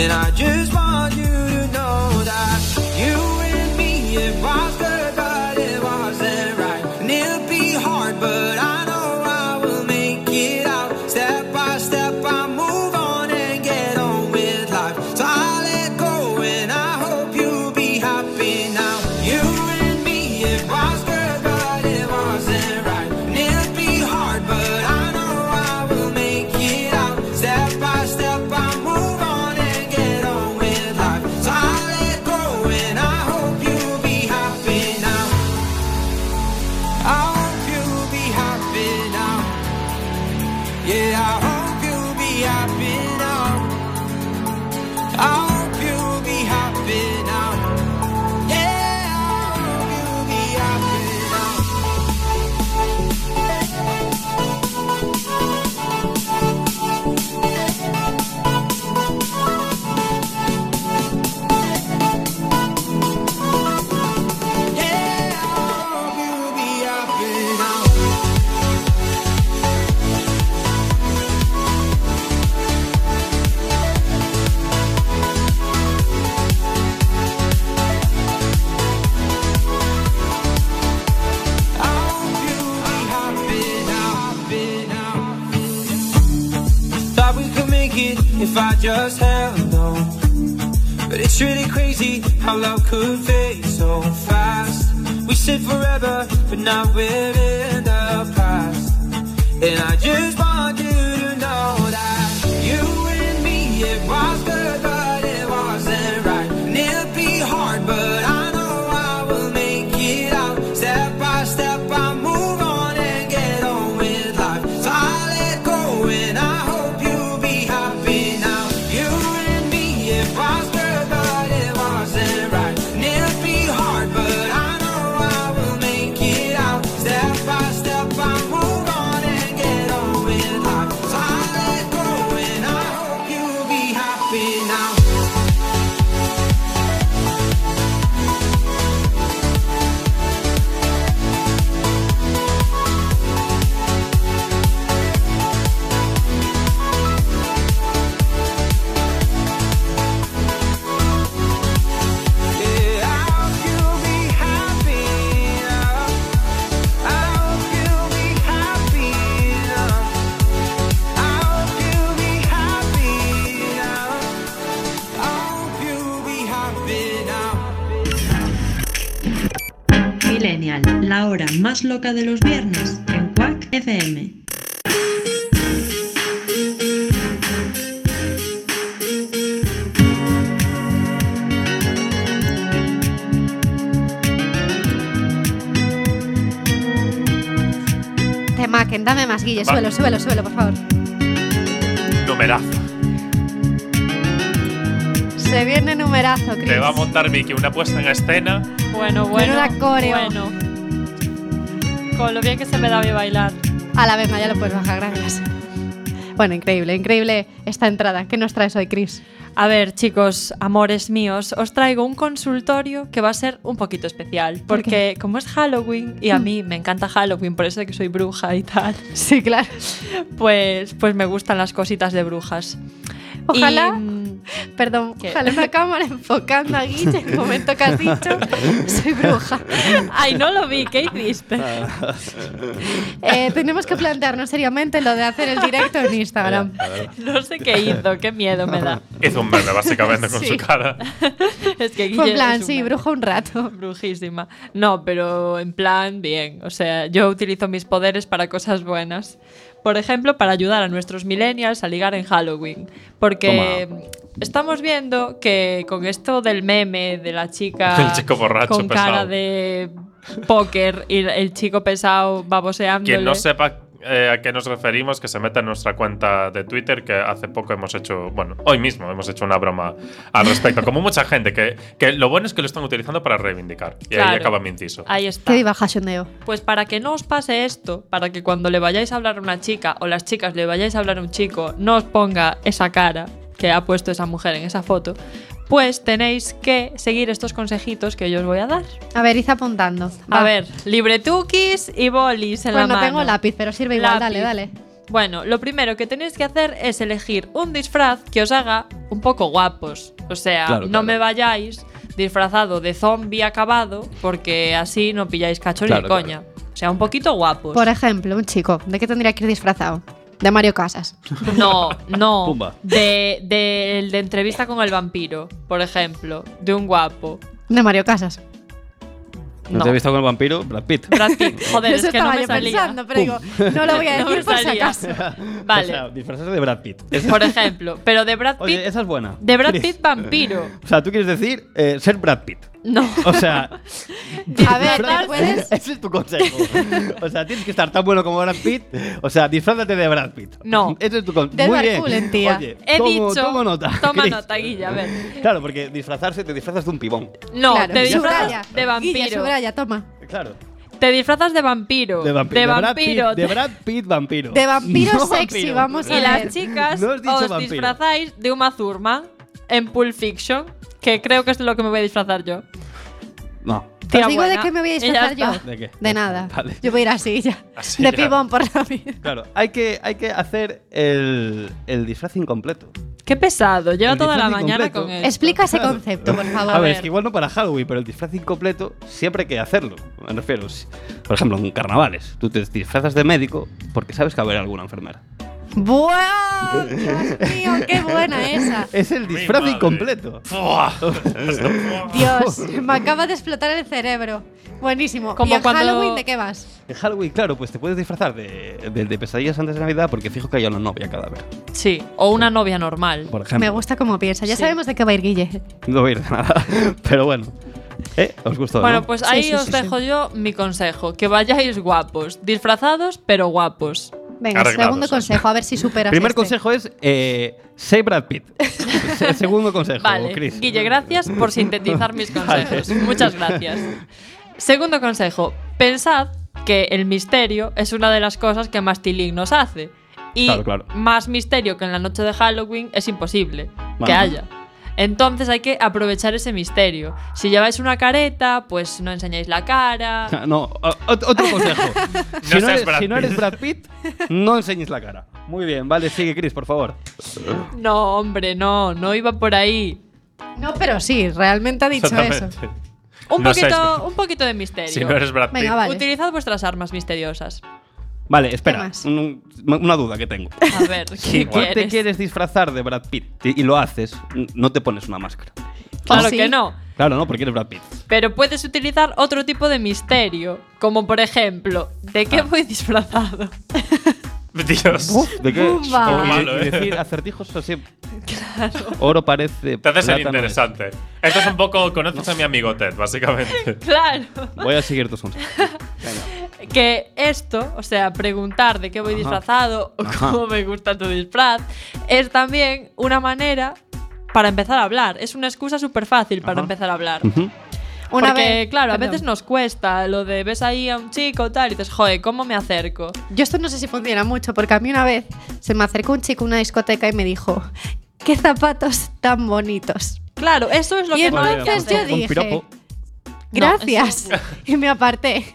Speaker 10: And I just want you to know that you and me, it was good, but it wasn't right. And it'll be hard, but I know I will make it out. Step by step, I move on and get on with life. So I let go, and I hope you'll be happy now. You and me, it was good, but it wasn't right. And it'll be hard, but I know I will make it out. Step by step, I move on and get on with life. So I let go and I hope you'll be happy Yeah, I hope you'll be happy now. I hope you'll be happy now. Yeah, I hope you'll be happy now. Yeah, I hope you'll be happy now. I hope you'll be happy now, happy now. Thought we could make it if I just held on. But it's really crazy how love could fade so fast. We said forever, but now we're in the past. And I just want you to know that you and me, it was good, but it wasn't right. And it'll be hard, but I know I will make it out. Step by step, I move on and get on with life. So I let go, and I hope you'll be happy now. You and me, it was good, but it wasn't right. And it'll be hard, but I know I will make it out. Step by step, I move on and get on with life. So I let go, and I hope you'll be happy now. Yeah, I hope you'll be happy now. I hope you'll be happy now. I hope you'll be happy now. I hope you'll be happy now.
Speaker 11: Millennial, la hora más loca de los viernes en Quack FM.
Speaker 3: Te maquen, dame más, Guille.
Speaker 6: Va.
Speaker 3: Súbelo, súbelo, súbelo, por favor.
Speaker 6: Numerazo.
Speaker 3: Se viene numerazo, Chris.
Speaker 6: Te va a montar Vicky una puesta en escena.
Speaker 4: Bueno, bueno.
Speaker 3: Menuda coreo.
Speaker 4: Bueno. Con lo bien que se me da a mí bailar.
Speaker 3: A la vez, ya lo puedes bajar, gracias. Bueno, increíble, increíble esta entrada. ¿Qué nos traes hoy, Chris?
Speaker 4: A ver, chicos, amores míos, os traigo un consultorio que va a ser un poquito especial.
Speaker 3: ¿Por Hmm.
Speaker 4: Porque como es Halloween, y a mí me encanta Halloween, por eso de que soy bruja y tal,
Speaker 3: Sí, claro.
Speaker 4: pues, pues me gustan las cositas de brujas.
Speaker 3: Ojalá-
Speaker 4: Y, mm,
Speaker 3: Perdón,
Speaker 4: ¿Qué?
Speaker 3: ojalá una cámara enfocando a Guille en el momento que has dicho soy bruja.
Speaker 4: Ay, no lo vi, ¿qué hiciste?
Speaker 3: Eh, tenemos que plantearnos seriamente lo de hacer el directo en Instagram.
Speaker 4: No sé qué hizo, qué miedo me da.
Speaker 6: Hizo un meme, básicamente, con
Speaker 3: Sí.
Speaker 6: su cara.
Speaker 4: Es que
Speaker 3: Fue
Speaker 4: Guille
Speaker 3: en plan,
Speaker 4: es un
Speaker 3: sí,
Speaker 4: meme.
Speaker 3: bruja un rato.
Speaker 4: Brujísima. No, pero en plan, bien. O sea, yo utilizo mis poderes para cosas buenas. Por ejemplo, para ayudar a nuestros millennials a ligar en Halloween. Porque estamos viendo que con esto del meme de la chica.
Speaker 6: El chico borracho
Speaker 4: Con cara
Speaker 6: pesado.
Speaker 4: de póker y el chico pesado baboseando.
Speaker 6: Quien no sepa eh, a qué nos referimos, que se meta en nuestra cuenta de Twitter, que hace poco hemos hecho, bueno, hoy mismo hemos hecho una broma al respecto. Como mucha gente, que, que lo bueno es que lo están utilizando para reivindicar. Y ahí
Speaker 4: Claro.
Speaker 6: acaba mi inciso.
Speaker 4: Ahí está.
Speaker 3: Qué diva Hashondeo.
Speaker 4: Pues para que no os pase esto, para que cuando le vayáis a hablar a una chica o las chicas le vayáis a hablar a un chico, no os ponga esa cara que ha puesto esa mujer en esa foto, pues tenéis que seguir estos consejitos que yo os voy a dar.
Speaker 3: A ver, id apuntando.
Speaker 4: A
Speaker 3: Va.
Speaker 4: ver, libretukis y bolis en
Speaker 3: Bueno,
Speaker 4: la mano.
Speaker 3: tengo lápiz, pero sirve igual. Dale,
Speaker 4: Lápiz.
Speaker 3: dale.
Speaker 4: Bueno, lo primero que tenéis que hacer es elegir un disfraz que os haga un poco guapos. O sea,
Speaker 5: Claro,
Speaker 4: no
Speaker 5: claro.
Speaker 4: me vayáis disfrazado de zombie acabado porque así no pilláis cachorro
Speaker 5: Claro,
Speaker 4: ni
Speaker 5: claro.
Speaker 4: coña. O sea, un poquito guapos.
Speaker 3: Por ejemplo, un chico, ¿de qué tendría que ir disfrazado? De Mario Casas.
Speaker 4: No, no.
Speaker 5: Pumba.
Speaker 4: De, de, el de entrevista con el vampiro, por ejemplo. De un guapo.
Speaker 3: De Mario Casas.
Speaker 5: ¿No
Speaker 4: No.
Speaker 5: te he visto con el vampiro? Brad Pitt.
Speaker 4: Brad Pitt. Joder,
Speaker 3: Eso
Speaker 4: es que no
Speaker 3: estaba
Speaker 4: me
Speaker 3: yo
Speaker 4: salía.
Speaker 3: pensando, pero digo, no lo voy a
Speaker 4: No
Speaker 3: decir
Speaker 4: me
Speaker 3: por si
Speaker 4: salía.
Speaker 3: acaso.
Speaker 5: O sea,
Speaker 4: Vale,
Speaker 5: disfrazarse de Brad Pitt. Esa-
Speaker 4: por ejemplo. Pero de Brad Pitt.
Speaker 5: Oye, esa es buena.
Speaker 4: De Brad
Speaker 5: Chris.
Speaker 4: Pitt vampiro.
Speaker 5: O sea, tú quieres decir eh, ser Brad Pitt.
Speaker 4: No.
Speaker 5: O sea,
Speaker 3: A ver, ¿te puedes?
Speaker 5: ese es tu consejo. O sea, tienes que estar tan bueno como Brad Pitt. O sea, disfrázate de Brad Pitt.
Speaker 4: No.
Speaker 5: Ese es tu consejo.
Speaker 4: Dedo
Speaker 5: Muy
Speaker 4: al
Speaker 5: bien.
Speaker 4: culen, tía.
Speaker 5: Oye,
Speaker 4: He
Speaker 5: tomo,
Speaker 4: dicho-
Speaker 5: Toma nota.
Speaker 4: Toma
Speaker 5: Cris.
Speaker 4: nota, Guilla, a ver.
Speaker 5: Claro, porque disfrazarse te disfrazas de un pibón.
Speaker 4: No,
Speaker 3: Claro,
Speaker 4: te
Speaker 3: subraya.
Speaker 4: disfrazas de vampiro.
Speaker 3: Guilla, subraya, toma.
Speaker 5: Claro.
Speaker 4: Te disfrazas de vampiro.
Speaker 5: De vampiro.
Speaker 4: De
Speaker 5: Brad
Speaker 4: vampiro.
Speaker 5: Pitt- De Brad Pitt vampiro.
Speaker 3: De vampiro
Speaker 5: No
Speaker 3: sexy,
Speaker 5: vampiro.
Speaker 3: vamos a
Speaker 4: Y
Speaker 3: ver.
Speaker 4: las chicas
Speaker 5: No has
Speaker 4: os
Speaker 5: dicho vampiro.
Speaker 4: disfrazáis de Uma Thurman en Pulp Fiction, que creo que es lo que me voy a disfrazar yo.
Speaker 5: No.
Speaker 4: Tía
Speaker 3: Os digo
Speaker 4: buena.
Speaker 3: de qué me voy a
Speaker 4: Y ya
Speaker 3: disfrazar
Speaker 4: está.
Speaker 3: yo.
Speaker 5: ¿De qué?
Speaker 3: De nada.
Speaker 5: Vale.
Speaker 3: Yo voy a ir así ya.
Speaker 6: Así
Speaker 3: de
Speaker 6: ya.
Speaker 3: pibón por la vida.
Speaker 5: Claro, hay que, hay que hacer el, el disfraz incompleto.
Speaker 4: Qué pesado. Llevo
Speaker 5: El
Speaker 4: toda la
Speaker 5: disfraz
Speaker 4: mañana
Speaker 5: incompleto.
Speaker 4: con él.
Speaker 3: Explica ese concepto, por favor.
Speaker 5: A ver, es que igual no para Halloween, pero el disfraz incompleto siempre hay que hacerlo. Me refiero, si- por ejemplo, en carnavales. Tú te disfrazas de médico porque sabes que va a haber alguna enfermera.
Speaker 3: ¡Buah! Dios mío, qué buena esa.
Speaker 5: Es el
Speaker 6: Mi
Speaker 5: disfraz
Speaker 6: madre.
Speaker 5: incompleto.
Speaker 6: Fua.
Speaker 3: Dios, me acaba de explotar el cerebro. Buenísimo.
Speaker 4: Como
Speaker 3: ¿Y en
Speaker 4: cuando-
Speaker 3: Halloween de qué vas?
Speaker 5: En Halloween, claro, pues te puedes disfrazar de, de- de pesadillas antes de Navidad porque fijo que hay una novia cadáver.
Speaker 4: Sí, o una novia normal.
Speaker 5: Por
Speaker 3: Me
Speaker 5: ejemplo.
Speaker 3: gusta cómo piensa. Ya
Speaker 4: Em. Sí.
Speaker 3: sabemos de qué va a ir Guille.
Speaker 5: No voy a ir de nada. Pero bueno. ¿Eh? ¿Os gustó?
Speaker 4: Bueno,
Speaker 5: no?
Speaker 4: pues
Speaker 3: Sí,
Speaker 4: ahí
Speaker 3: sí,
Speaker 4: os
Speaker 3: sí,
Speaker 4: dejo yo mi consejo, que vayáis guapos, disfrazados pero guapos.
Speaker 3: Venga,
Speaker 6: Arreglados,
Speaker 3: segundo
Speaker 6: sí.
Speaker 3: consejo, a ver si superas.
Speaker 5: Primer
Speaker 3: este.
Speaker 5: consejo es eh, sé Brad Pitt. Se- Segundo consejo,
Speaker 4: Vale,
Speaker 5: Chris.
Speaker 4: Guille, gracias por sintetizar mis consejos. Muchas gracias. Segundo consejo, pensad que el misterio es una de las cosas que más tilignos hace. Y
Speaker 5: Claro, claro.
Speaker 4: más misterio que en la noche de Halloween es imposible que
Speaker 5: Bueno.
Speaker 4: haya. Entonces hay que aprovechar ese misterio. Si lleváis una careta, pues no enseñáis la cara.
Speaker 5: Ah, No, o- ot- otro consejo. si,
Speaker 6: No
Speaker 5: no
Speaker 6: seas
Speaker 5: eres,
Speaker 6: Brad
Speaker 5: si no
Speaker 6: Pitt.
Speaker 5: eres Brad Pitt, no enseñes la cara. Muy bien, vale, sigue Chris, por favor.
Speaker 4: No, hombre, no, no iba por ahí.
Speaker 3: No, pero sí, realmente ha dicho eso.
Speaker 6: Exactamente.
Speaker 4: Un,
Speaker 6: No
Speaker 4: poquito,
Speaker 6: seas Brad-
Speaker 4: un poquito de misterio.
Speaker 6: Si no eres Brad Pitt.
Speaker 3: Venga, vale.
Speaker 4: Utilizad vuestras armas misteriosas.
Speaker 5: Vale, espera,
Speaker 3: más?
Speaker 5: un- una duda que tengo.
Speaker 4: A ver, ¿qué
Speaker 5: Si tú
Speaker 4: quieres?
Speaker 5: te quieres disfrazar de Brad Pitt y lo haces, no te pones una máscara.
Speaker 4: Claro
Speaker 3: ¿Ah, sí?
Speaker 4: que no.
Speaker 5: Claro, ¿no? Porque eres Brad Pitt.
Speaker 4: Pero puedes utilizar otro tipo de misterio, como por ejemplo, ¿de qué
Speaker 5: Ah.
Speaker 4: voy disfrazado?
Speaker 6: Dios.
Speaker 5: ¿De qué?
Speaker 3: Bumba.
Speaker 5: O- y-
Speaker 6: Malo,
Speaker 5: y
Speaker 6: ¿eh?
Speaker 5: decir acertijos así. Oro parece.
Speaker 6: Te haces el
Speaker 5: plátano.
Speaker 6: interesante. Esto es un poco. Conoces a mi amigo Ted, básicamente.
Speaker 4: Claro.
Speaker 5: Voy a seguir tus consejos.
Speaker 4: Que esto, o sea, preguntar de qué voy
Speaker 5: Ajá.
Speaker 4: disfrazado o
Speaker 5: Ajá.
Speaker 4: cómo me gusta tu disfraz, es también una manera para empezar a hablar. Es una excusa súper fácil para
Speaker 5: Ajá.
Speaker 4: empezar a hablar.
Speaker 5: Ujú.
Speaker 3: Una
Speaker 4: Porque,
Speaker 3: vez-
Speaker 4: claro, a
Speaker 3: perdón.
Speaker 4: veces nos cuesta lo de ves ahí a un chico tal y dices, joder, ¿cómo me acerco?
Speaker 3: Yo esto no sé si funciona mucho, porque a mí una vez se me acercó un chico a una discoteca y me dijo, qué zapatos tan bonitos.
Speaker 4: Claro, eso es lo
Speaker 3: Y
Speaker 4: que no hay que
Speaker 3: entonces
Speaker 4: hacer.
Speaker 3: yo dije,
Speaker 5: Un piropo.
Speaker 3: Gracias. Y me aparté.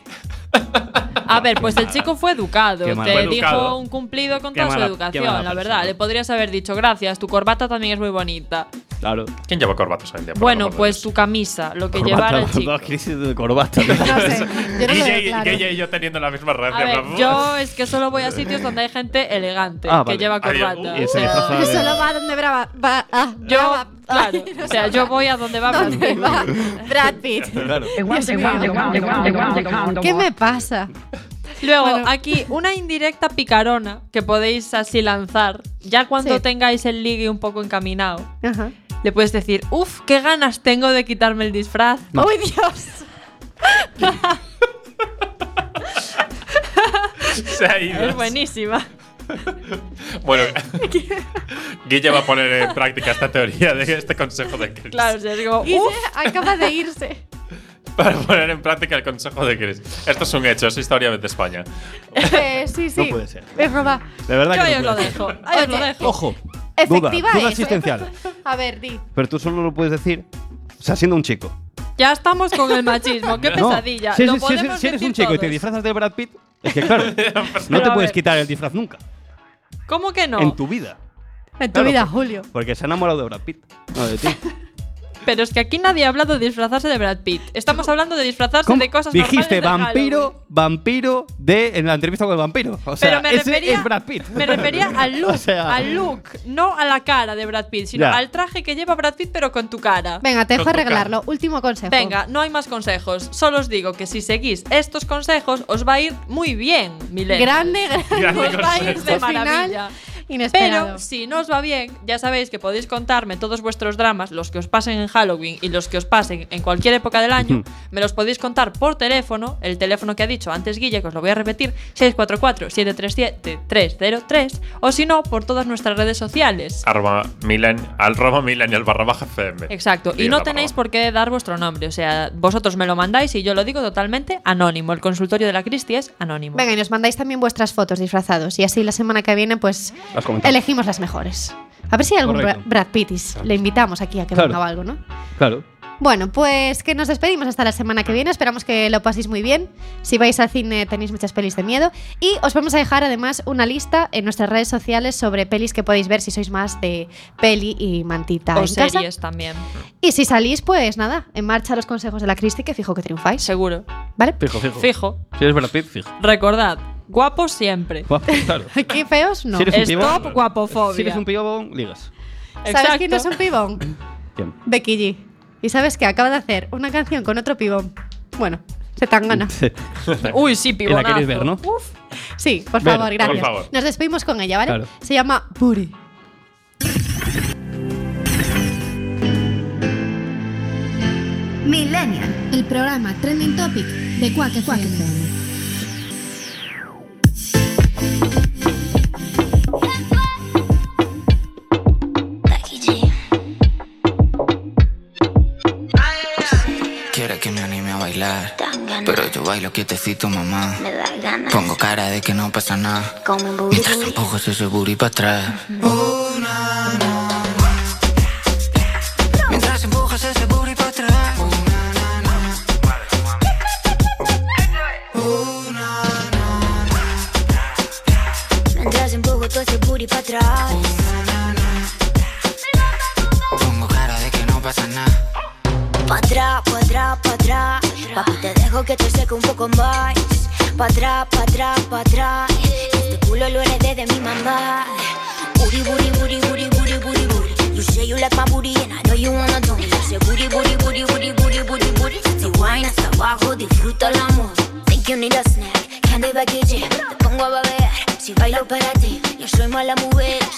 Speaker 4: A ver, pues el chico fue educado.
Speaker 5: Qué
Speaker 4: Te
Speaker 5: mala- Fue
Speaker 4: dijo
Speaker 6: educado.
Speaker 4: un cumplido con
Speaker 5: Qué
Speaker 4: toda
Speaker 5: mala-
Speaker 4: su educación,
Speaker 5: qué mala
Speaker 4: la
Speaker 5: persona.
Speaker 4: verdad. Le podrías haber dicho, gracias, tu corbata también es muy bonita.
Speaker 5: Claro.
Speaker 6: ¿Quién lleva corbatas hoy en día? por el
Speaker 4: Bueno,
Speaker 6: amor de
Speaker 4: pues
Speaker 6: Dios?
Speaker 4: tu camisa, lo que llevara
Speaker 5: Corbata,
Speaker 4: el chico.
Speaker 5: dos crisis de corbata.
Speaker 3: No sé, yo no lo
Speaker 6: Guille
Speaker 3: veo
Speaker 6: y-
Speaker 3: claro.
Speaker 6: Guille y yo teniendo la misma
Speaker 4: A
Speaker 6: reacción. en
Speaker 4: ver,
Speaker 6: plan,
Speaker 4: yo es que solo voy a sitios donde hay gente elegante
Speaker 5: Ah,
Speaker 4: que
Speaker 5: vale.
Speaker 4: lleva
Speaker 6: Adiós.
Speaker 4: corbata.
Speaker 6: Uh,
Speaker 4: o
Speaker 5: se
Speaker 4: sea,
Speaker 5: disfraza de-
Speaker 3: Solo va donde brava, va, ah,
Speaker 4: yo,
Speaker 3: brava, ah,
Speaker 4: claro,
Speaker 3: no
Speaker 4: o sea, yo voy a donde va Brad
Speaker 3: ¿Dónde
Speaker 4: Pitt.
Speaker 3: va Brad Pitt?
Speaker 5: Claro.
Speaker 3: Dios mío, ¿Qué me pasa?
Speaker 4: Luego,
Speaker 3: Bueno.
Speaker 4: aquí una indirecta picarona que podéis así lanzar. Ya cuando
Speaker 3: Sí.
Speaker 4: tengáis el ligue un poco encaminado,
Speaker 3: Ajá.
Speaker 4: le puedes decir, uff, qué ganas tengo de quitarme el disfraz.
Speaker 3: ¡Uy, Dios!
Speaker 6: Se ha ido.
Speaker 4: Es buenísima.
Speaker 6: Bueno, Guille va a poner en práctica esta teoría de este consejo de Chris.
Speaker 4: Claro, o sea, es como, "Uh,
Speaker 3: Guille
Speaker 4: uff,
Speaker 3: acaba de irse.
Speaker 6: Para poner en práctica el consejo de Chris. Esto es un hecho, es historia de España.
Speaker 3: Eh, sí, sí.
Speaker 5: puede ser.
Speaker 3: Es broma.
Speaker 5: De verdad
Speaker 4: yo
Speaker 5: que
Speaker 4: ahí
Speaker 5: no
Speaker 4: os lo
Speaker 5: puedo.
Speaker 4: dejo. Ahí os lo
Speaker 3: Oye,
Speaker 4: dejo.
Speaker 5: Ojo. Duda,
Speaker 3: Efectiva
Speaker 5: duda
Speaker 3: es, ¿eh?
Speaker 5: existencial.
Speaker 3: A ver, di.
Speaker 5: Pero tú solo lo puedes decir, o sea, siendo un chico.
Speaker 4: Ya estamos con el machismo, qué
Speaker 5: No,
Speaker 4: pesadilla.
Speaker 5: Si,
Speaker 4: Lo
Speaker 5: eres- si eres-
Speaker 4: podemos
Speaker 5: si eres un
Speaker 4: decir
Speaker 5: chico y te
Speaker 4: todos.
Speaker 5: disfrazas de Brad Pitt, es que claro, no
Speaker 4: Pero
Speaker 5: te
Speaker 4: a
Speaker 5: puedes
Speaker 4: ver.
Speaker 5: quitar el disfraz nunca.
Speaker 4: ¿Cómo que no?
Speaker 5: En tu vida.
Speaker 3: En tu
Speaker 5: Claro,
Speaker 3: vida,
Speaker 5: por-
Speaker 3: Julio.
Speaker 5: Porque se ha enamorado de Brad Pitt. No, de ti.
Speaker 4: Pero es que aquí nadie ha hablado de disfrazarse de Brad Pitt. Estamos hablando de disfrazarse
Speaker 5: ¿Cómo?
Speaker 4: de cosas
Speaker 5: Dijiste
Speaker 4: normales de Halloween.
Speaker 5: vampiro, vampiro de en la entrevista con el vampiro. O sea,
Speaker 4: Pero me
Speaker 5: ese
Speaker 4: refería,
Speaker 5: es Brad Pitt.
Speaker 4: me refería al look,
Speaker 5: O sea-
Speaker 4: al look, no a la cara de Brad Pitt, sino
Speaker 5: Ya.
Speaker 4: al traje que lleva Brad Pitt pero con tu cara.
Speaker 3: Venga, te dejo
Speaker 6: Con tu
Speaker 3: arreglarlo. Último consejo.
Speaker 4: Venga, no hay más consejos. Solo os digo que si seguís estos consejos os va a ir muy bien, Milena.
Speaker 3: Grande, grande.
Speaker 6: Grande
Speaker 4: os va a ir
Speaker 6: consejo.
Speaker 4: de
Speaker 3: Al final,
Speaker 4: maravilla.
Speaker 3: Inesperado.
Speaker 4: Pero si no os va bien, ya sabéis que podéis contarme todos vuestros dramas, los que os pasen en Halloween y los que os pasen en cualquier época del año. me los podéis contar por teléfono, el teléfono que ha dicho antes Guille, que os lo voy a repetir, 644-737-303, o si no, por todas nuestras redes sociales.
Speaker 6: Arroba Milen, arroba Millennial barra baja FM.
Speaker 4: Exacto, y
Speaker 6: la
Speaker 4: no
Speaker 6: barra
Speaker 4: tenéis por qué dar vuestro nombre, o sea, vosotros me lo mandáis y yo lo digo totalmente anónimo. El consultorio de la Cristi es anónimo.
Speaker 3: Venga, y nos mandáis también vuestras fotos disfrazados y así la semana que viene pues
Speaker 4: Las comentamos.
Speaker 3: elegimos las mejores. A ver si hay algún
Speaker 5: Correcto.
Speaker 3: Bra- Brad Pittis. Le invitamos aquí a que
Speaker 5: Claro.
Speaker 3: venga o algo, ¿no?
Speaker 5: Claro.
Speaker 3: Bueno, pues que nos despedimos hasta la semana que viene. Esperamos que lo paséis muy bien. Si vais al cine tenéis muchas pelis de miedo. Y os vamos a dejar además una lista en nuestras redes sociales sobre pelis que podéis ver si sois más de peli y mantita
Speaker 4: o
Speaker 3: en
Speaker 4: series
Speaker 3: casa.
Speaker 4: también.
Speaker 3: Y si salís, pues nada, en marcha los consejos de la Cristi, que fijo que triunfáis.
Speaker 4: Seguro.
Speaker 3: ¿Vale?
Speaker 5: Fijo, fijo.
Speaker 4: Fijo.
Speaker 5: Si eres Brad Pitt, fijo.
Speaker 4: Recordad, guapos siempre.
Speaker 5: Guapo, claro.
Speaker 3: Aquí feos no.
Speaker 5: Si eres un pibón-
Speaker 4: Stop guapofobia.
Speaker 5: Si eres un pibón, ligas.
Speaker 3: ¿Sabes quién es un pibón?
Speaker 5: ¿Quién?
Speaker 3: Becky G. ¿Y sabes qué? Acaba de hacer una canción con otro pibón. Bueno, se tan gana.
Speaker 4: Uy, sí,
Speaker 5: Y la queréis ver, ¿no?
Speaker 3: Sí, por
Speaker 5: Ver,
Speaker 3: favor,
Speaker 5: por
Speaker 3: gracias.
Speaker 5: favor.
Speaker 3: Nos despedimos con ella, ¿vale?
Speaker 5: Claro.
Speaker 3: Se llama Puri.
Speaker 12: Millennial, el programa Trending Topic de Quack FM.
Speaker 10: Quiere que me anime a bailar. Pero yo bailo quietecito, mamá.
Speaker 1: Me da ganas.
Speaker 10: Pongo cara de que no pasa nada.
Speaker 1: Como un
Speaker 10: Mientras empujo ese booty para atrás. Oh, Mientras empujas ese booty para atrás. Oh,
Speaker 1: Mientras empujo todo ese booty para atrás.
Speaker 10: Pongo cara de que no pasa nada.
Speaker 1: Pa' atrás, pa' atrás, pa' atrás. Papi, te dejo que te seque un poco más. Pa' atrás, pa' atrás, pa' atrás. Este culo lo heredé de mi mamá. Booty, booty, booty, booty, booty, booty, booty. You say you like my booty and I know you wanna do me. Say booty, booty, booty, booty, booty, booty, booty. Te wine hasta abajo, disfruta el amor. Think you need a snack, candy baguette. Te pongo a babear, si bailo para ti. Yo soy mala mujer,